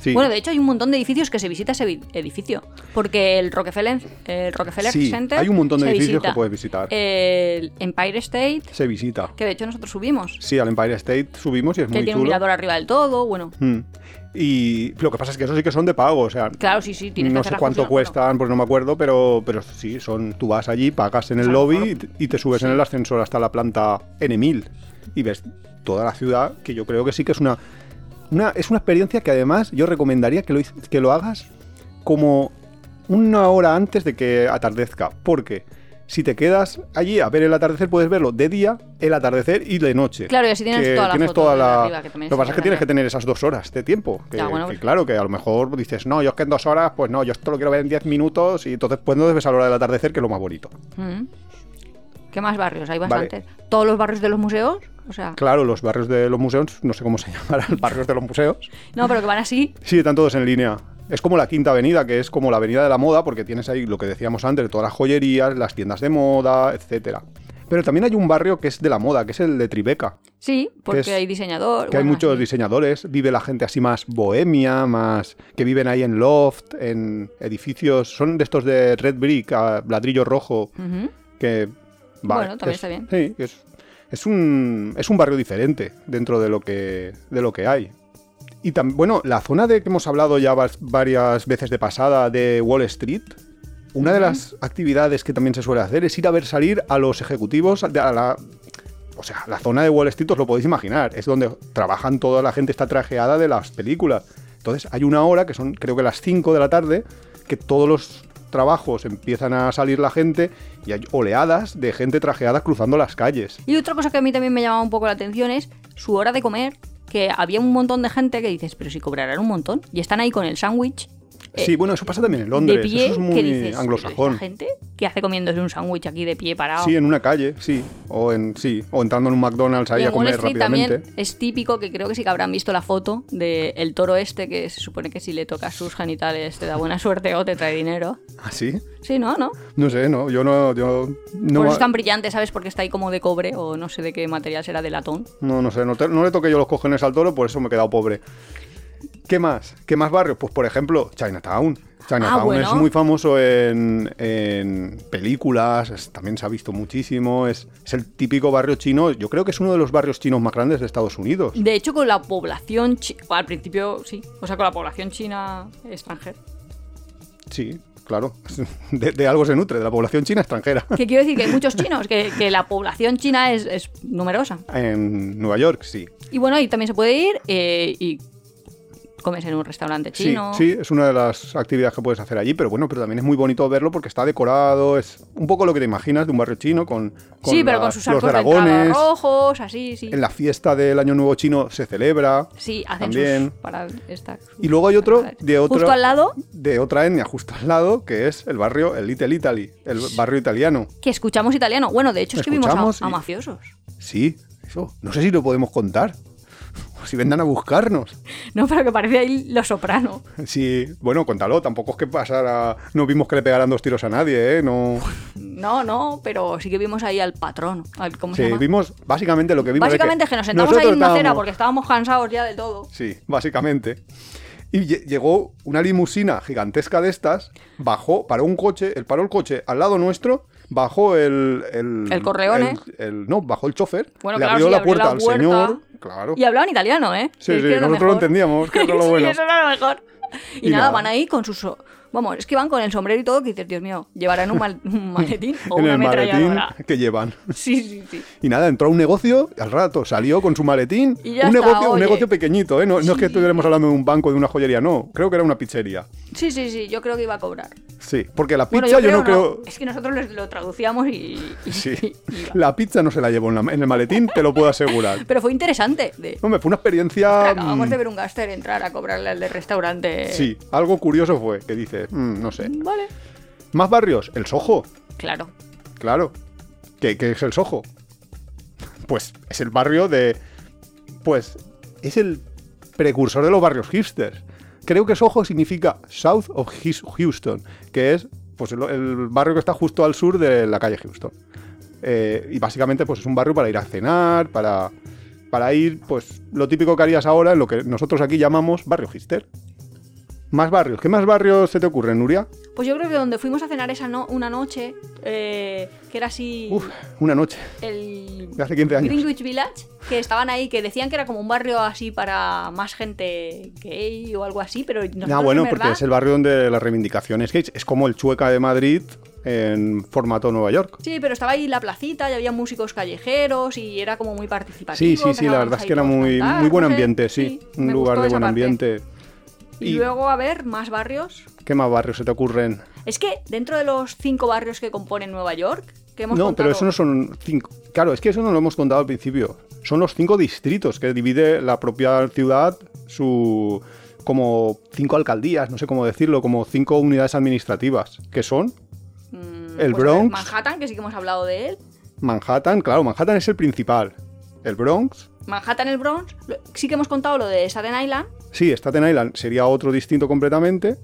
Sí. Bueno, de hecho hay un montón de edificios que se visita ese vi- edificio. Porque el Rockefeller, el Rockefeller Sí, Center. hay un montón de se edificios visita. Eh, que puedes visitar. El Empire State, Se visita. que de hecho nosotros subimos. Sí, al Empire State subimos y es Que muy tiene un chulo. mirador arriba del todo. Bueno, Mm. Y lo que pasa es que eso sí que son de pago, o sea, claro, sí, sí, tienes que no hacer sé la cuánto función, bueno. cuestan, pues no me acuerdo, pero, pero sí, son, tú vas allí, pagas en el sea, lobby por- y te- y te subes en el ascensor hasta la planta N1000 y ves toda la ciudad, que yo creo que sí que es una, una es una experiencia que además yo recomendaría que lo, hic- que lo hagas como una hora antes de que atardezca, porque si te quedas allí a ver el atardecer, puedes verlo de día, el atardecer y de noche. Claro, y así tienes Que toda la tienes foto toda de la- arriba, que también Lo que es pasa es que tienes interesante. que tener esas dos horas de tiempo. Que, Ya, bueno, que pero- claro, que a lo mejor dices, no, yo es que en dos horas, pues no, yo esto lo quiero ver en diez minutos y entonces pues no debes a la hora del atardecer, que es lo más bonito. Mm. ¿Qué más barrios? Hay Vale. bastantes. ¿Todos los barrios de los museos? O sea, Claro, los barrios de los museos, no sé cómo se llamarán, barrios de los museos. no, pero que van así. Sí, están todos en línea. Es como la quinta avenida, que es como la avenida de la moda, porque tienes ahí lo que decíamos antes, todas las joyerías, las tiendas de moda, etcétera. Pero también hay un barrio que es de la moda, que es el de Tribeca. Sí, porque es- hay diseñador. Que hay bueno, muchos así. diseñadores, vive la gente así más bohemia, más que viven ahí en loft, en edificios, son de estos de red brick, a ladrillo rojo, Ujú. que vale, Mm. Bueno, también es- está bien. Sí, es, es un es un barrio diferente dentro de lo que de lo que hay. Y tam- bueno, la zona de que hemos hablado ya vas- varias veces de pasada de Wall Street, una de las actividades que también se suele hacer es ir a ver salir a los ejecutivos de- a la o sea, la zona de Wall Street os lo podéis imaginar, es donde trabajan toda la gente, está trajeada de las películas. Entonces hay una hora, que son creo que las 5 de la tarde, que todos los trabajos empiezan a salir la gente y hay oleadas de gente trajeada cruzando las calles. Y otra cosa que a mí también me llamaba un poco la atención es su hora de comer, que había un montón de gente que dices, pero si cobrarán un montón. Y están ahí con el sándwich Eh, sí, bueno, eso pasa también en de Londres, pie, eso es que muy dices, "¿Pero anglosajón. esta gente ah, que hace comiéndose un sándwich aquí de pie parado. Sí, en una calle, sí, o en sí, o entrando en un McDonald's ahí Y a en Wall comer Street rápidamente. también es típico que creo que sí que habrán visto la foto del el toro este que se supone que si le tocas sus genitales te da buena suerte o te trae dinero. ¿Ah, sí? Sí, ¿no? ¿No? No sé, no, yo no yo no Por eso va- es tan brillante, ¿sabes? Porque está ahí como de cobre o no sé de qué material será, de latón. No, no sé, no, te- no le toqué yo los cojones al toro, por eso me he quedado pobre. ¿Qué más? ¿Qué más barrios? Pues por ejemplo, Chinatown. Chinatown bueno. es muy famoso en, en películas, es- también se ha visto muchísimo, es, es el típico barrio chino, yo creo que es uno de los barrios chinos más grandes de Estados Unidos. De hecho, con la población chi- al principio sí, o sea, con la población china extranjera. Sí, claro, de, de algo se nutre, de la población china extranjera. Que quiero decir que hay muchos chinos, que, que la población china es, es numerosa. En Nueva York, sí. Y bueno, ahí también se puede ir eh, y comes en un restaurante chino. Sí, sí, es una de las actividades que puedes hacer allí, pero bueno, pero también es muy bonito verlo porque está decorado, es un poco lo que te imaginas de un barrio chino con, con Sí, pero las- con sus los arcos de dragones. entrada rojos, así, sí. En la fiesta del Año Nuevo Chino se celebra. Sí, hacen también. sus para esta- Y luego hay otro de otro Justo al lado, de otra etnia justo al lado, que es el barrio el Little Italy, el barrio italiano. que escuchamos italiano. Bueno, de hecho es que vimos Escuchamos a, a y- mafiosos. Sí, eso. No sé si lo podemos contar. O si vendan a buscarnos. No, pero que parece ahí lo soprano. Sí, bueno, contalo. Tampoco es que pasara. No vimos que le pegaran dos tiros a nadie, ¿eh? No. No, no, pero sí que vimos ahí al patrón. Al, ¿Cómo se Sí, llama? vimos. Básicamente lo que vimos. Básicamente es es que nos sentamos ahí nosotros en una acera estábamos- porque estábamos cansados ya del todo. Sí, básicamente. Y lle- llegó una limusina gigantesca de estas, bajó, paró un coche, él paró el coche al lado nuestro, bajó el... El, El Corleone. el- el- no, bajó el chofer, Bueno, le claro, abrió sí, la abrió puerta la al puerta. señor, claro. Y hablaban italiano, ¿eh? Sí, Es sí, que era nosotros lo mejor. entendíamos, que era lo Sí, bueno. eso era lo mejor. Y, Y nada, nada. van ahí con sus... so- Vamos, es que van con el sombrero y todo, que dices, Dios mío, ¿llevarán un, mal- un maletín o en una el maletín ametralladora? que llevan. Sí, sí, sí. Y nada, entró a un negocio, al rato salió con su maletín. Y ya un, está, negocio, un oye. negocio pequeñito, ¿eh? No, no es que estuviéramos hablando de un banco, de una joyería, no. Creo que era una pizzería. Sí, sí, sí, yo creo que iba a cobrar. Sí, porque la Bueno, pizza yo, creo, no creo... Es que nosotros les- lo traducíamos y... y- Sí, y iba. la pizza no se la llevó en, la- en el maletín, te lo puedo asegurar. Pero fue interesante. De... Hombre, fue una experiencia. Acabamos mm, de ver un gaster entrar a cobrarle al del restaurante. Sí, algo curioso fue que dice, mm, no sé. Vale. Más barrios, el Soho, Claro. claro. ¿Qué, qué es el Soho? Pues es el barrio de. Pues es el precursor de los barrios hipsters. Creo que Soho significa South of His- Houston, que es pues, el, el barrio que está justo al sur de la calle Houston. Eh, y básicamente pues es un barrio para ir a cenar, para, para ir, pues lo típico que harías ahora en lo que nosotros aquí llamamos barrio hipster. Más barrios. ¿Qué más barrios se te ocurren, Nuria? Pues yo creo que donde fuimos a cenar esa no, una noche, eh, que era así Uf, una noche. el De hace 15 años. Greenwich Village, que estaban ahí, que decían que era como un barrio así para más gente gay o algo así, pero nosotros Ah, bueno, en porque verdad- es el barrio donde las reivindicaciones gays. Es como el Chueca de Madrid en formato Nueva York. Sí, pero estaba ahí la placita y había músicos callejeros y era como muy participativo. Sí, sí, sí, la empezaban verdad es ahí que era todos a muy, cantar, muy buen no sé, ambiente, sí. Un me lugar gustó de esa buen parte. ambiente. Y, Y- luego, a ver, más barrios. ¿Qué más barrios se te ocurren? Es que dentro de los cinco barrios que componen Nueva York, que hemos No, contado- pero eso no son cinco. Claro, es que eso no lo hemos contado al principio. Son los cinco distritos que divide la propia ciudad, su como cinco alcaldías, no sé cómo decirlo, como cinco unidades administrativas, que son Mm, el pues a ver, Bronx. Manhattan, que sí que hemos hablado de él. Manhattan, claro, Manhattan es el principal. El Bronx, Manhattan, el Bronx. lo- Sí que hemos contado lo de Staten Island. Sí, Staten Island sería otro distinto completamente.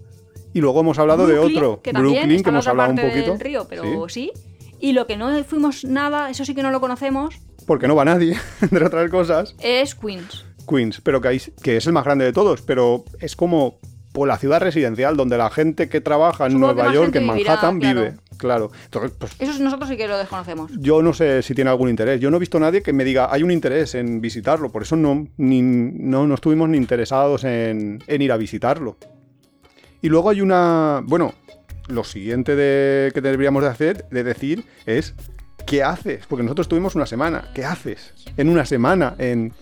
Y luego hemos hablado Brooklyn, de otro, que también Brooklyn, está que en hemos otra hablado un parte poquito. del río, pero sí. Y lo que no fuimos nada, eso sí que no lo conocemos, Porque no va nadie, entre otras cosas. es Queens. Queens, pero que, ahí- que es el más grande de todos, pero es como por la ciudad residencial donde la gente que trabaja en Supongo que Nueva más York, gente en vivirá, Manhattan, claro. vive. Claro. Entonces, pues Eso nosotros sí que lo desconocemos. yo no sé si tiene algún interés. Yo no he visto a nadie que me diga hay un interés en visitarlo. Por eso no, ni- no, no estuvimos ni interesados en, en ir a visitarlo. Y luego hay una. Bueno, lo siguiente de- que deberíamos de hacer, de decir, es ¿qué haces? Porque nosotros estuvimos una semana. ¿Qué haces? En una semana en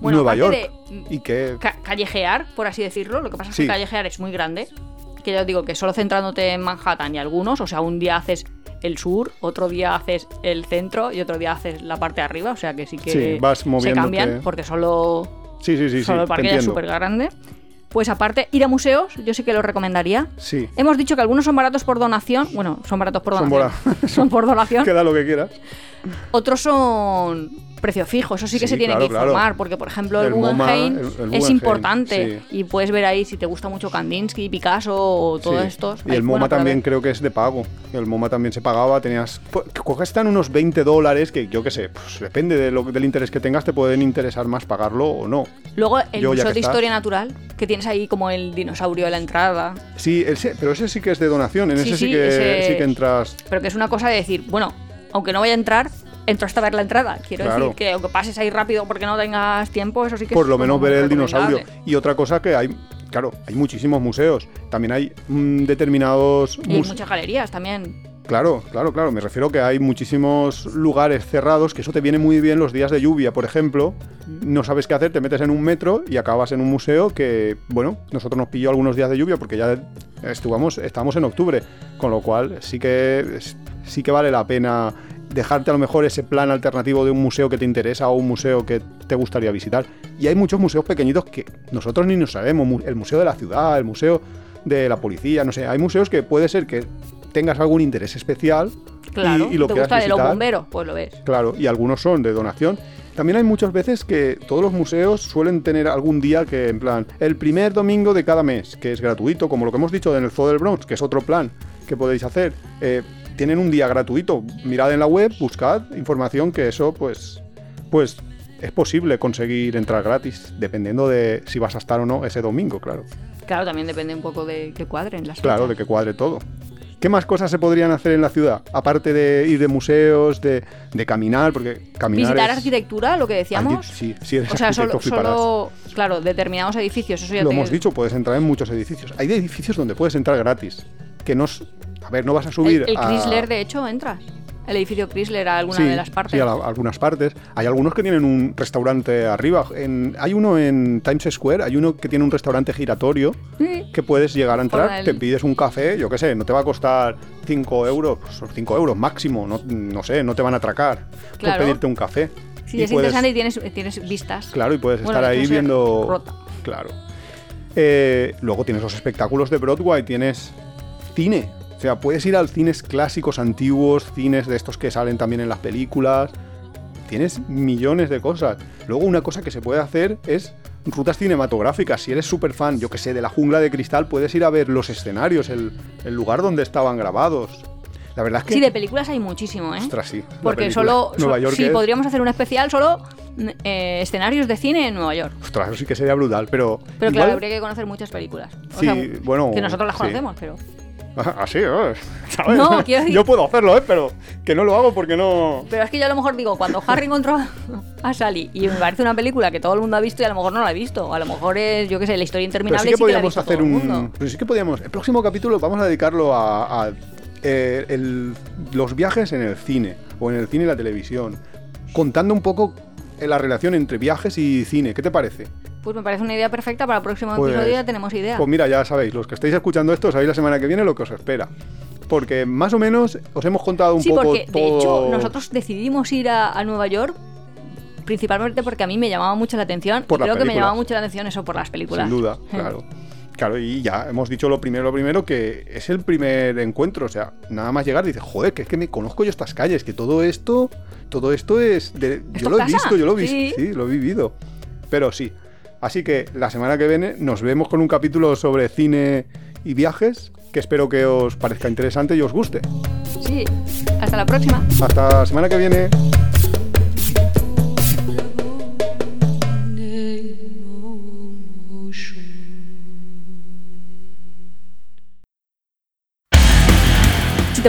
Bueno, Nueva York. aparte de- Y que. Ca- callejear, por así decirlo. Lo que pasa es Sí. que callejear es muy grande. Que ya os digo que solo centrándote en Manhattan y algunos, o sea, un día haces el sur, otro día haces el centro y otro día haces la parte de arriba. O sea que sí que Sí, vas se moviéndote. cambian porque solo, Sí, sí, sí, sí. solo el te parque ya es entiendo. súper grande. Pues aparte, ir a museos, yo sí que lo recomendaría. Sí. Hemos dicho que algunos son baratos por donación. Bueno, son baratos por Son donación. son por donación. Queda lo que quieras. Otros son precio fijo, eso sí que Sí, se tiene claro, que claro. informar, porque por ejemplo el, El MoMA, Guggenheim el- el es Guggenheim, importante y puedes ver ahí si te gusta mucho Kandinsky, Picasso o todos Sí. estos. Y Ahí, el MoMA bueno, para también ver. creo que es de pago. El MoMA también se pagaba, tenías... Cuestan unos 20 dólares que yo qué sé, pues depende de lo- del interés que tengas, te pueden interesar más pagarlo o no. Luego el Yo, Museo ya que de estás. Historia Natural, que tienes ahí como el dinosaurio a la entrada, Sí, ese- pero ese sí que es de donación, en Sí, ese sí, sí, que, ese- sí que entras... pero que es una cosa de decir, bueno, aunque no vaya a entrar, entro hasta ver la entrada. Quiero Claro. decir que aunque pases ahí rápido porque no tengas tiempo, eso sí que Por es lo menos como ver el recomendable. dinosaurio. Y otra cosa que hay... Claro, hay muchísimos museos. También hay mm, determinados... Y hay muse- muchas galerías también. Claro, claro, claro. Me refiero que hay muchísimos lugares cerrados que eso te viene muy bien los días de lluvia, por ejemplo. No sabes qué hacer, te metes en un metro y acabas en un museo que, bueno, nosotros nos pilló algunos días de lluvia porque ya estuvamos, estamos en octubre, con lo cual sí que sí que vale la pena dejarte a lo mejor ese plan alternativo de un museo que te interesa o un museo que te gustaría visitar. Y hay muchos museos pequeñitos que nosotros ni nos sabemos, mu- el museo de la ciudad, el museo de la policía, no sé, hay museos que puede ser que tengas algún interés especial y- Claro. y, lo ¿Te quieras gusta de los visitar. bomberos? Pues lo ves. Claro, y algunos son de donación. También hay muchas veces que todos los museos suelen tener algún día que, en plan, el primer domingo de cada mes, que es gratuito, como lo que hemos dicho en el Zoo del Bronx, que es otro plan que podéis hacer. Eh, tienen un día gratuito. Mirad en la web, buscad información que eso, pues, pues es posible conseguir entrar gratis, dependiendo de si vas a estar o no ese domingo, claro. Claro, también depende un poco de que cuadren las Claro, de fechas. que cuadre todo. ¿Qué más cosas se podrían hacer en la ciudad? Aparte de ir de museos, de, de caminar, porque caminar Visitar es- arquitectura, lo que decíamos. Arqui- Sí, sí, eres O sea, arquitecto, solo, fliparás. solo, claro, determinados edificios, eso ya Lo te- hemos dicho, puedes entrar en muchos edificios. Hay edificios donde puedes entrar gratis. Que no. s- A ver, no vas a subir. El, el a- Chrysler, de hecho, entras. El edificio Chrysler a alguna Sí, de las partes. sí, a la- algunas partes. Hay algunos que tienen un restaurante arriba. En- hay uno en Times Square, hay uno que tiene un restaurante giratorio Sí. que puedes llegar a entrar, Forma del- te pides un café, yo qué sé, no te va a costar 5 euros, 5 euros máximo, no, no sé, no te van a atracar Claro. por pedirte un café. Sí, Y es puedes- interesante y tienes, tienes vistas. Claro, y puedes Bueno, estar de ahí hecho, ser viendo. rota. Claro. Eh, luego tienes los espectáculos de Broadway, tienes cine. O sea, puedes ir al cines clásicos, antiguos, cines de estos que salen también en las películas. Tienes millones de cosas. Luego, una cosa que se puede hacer es rutas cinematográficas. Si eres súper fan, yo que sé, de la jungla de cristal, puedes ir a ver los escenarios, el, el lugar donde estaban grabados. La verdad es que. Sí, de películas hay muchísimo, ¿eh? Ostras, sí. la Porque película. solo. Nueva so- York sí, es- podríamos hacer un especial solo mm, eh, escenarios de cine en Nueva York. Ostras, eso sí que sería brutal, pero. Pero claro, igual- habría que conocer muchas películas. O Sí, sea, bueno, Que nosotros las sí. conocemos, pero. Así, ¿eh? ¿sabes? No, quiero decir- Yo puedo hacerlo, ¿eh? Pero que no lo hago porque no... Pero es que yo a lo mejor digo, cuando Harry encontró a Sally y me parece una película que todo el mundo ha visto y a lo mejor no la ha visto. A lo mejor es, yo qué sé, la historia Pero interminable. sí que sí que la ha podíamos visto hacer todo el un... mundo. Pero sí que podíamos... El próximo capítulo vamos a dedicarlo a, a, eh, el- los viajes en el cine o en el cine y la televisión. Contando un poco eh, la relación entre viajes y cine. ¿Qué te parece? Pues me parece una idea perfecta para el próximo Pues- episodio, ya tenemos idea. Pues mira, ya sabéis, los que estáis escuchando esto, sabéis la semana que viene lo que os espera. Porque más o menos os hemos contado un sí, poco porque de hecho todo- nosotros decidimos ir a, a Nueva York principalmente porque a mí me llamaba mucho la atención. Por y las creo que me películas. llamaba mucho la atención eso por las películas. Sin duda, claro. Claro, y ya hemos dicho lo primero, lo primero, que es el primer encuentro. O sea, nada más llegar dices, joder, que es que me conozco yo estas calles, que todo esto, todo esto es. de- ¿Esto yo lo he casa? visto, yo lo he visto, Sí. sí. lo he vivido. Pero sí. Así que la semana que viene nos vemos con un capítulo sobre cine y viajes, que espero que os parezca interesante y os guste. Sí. Hasta la próxima. Hasta la semana que viene. Si te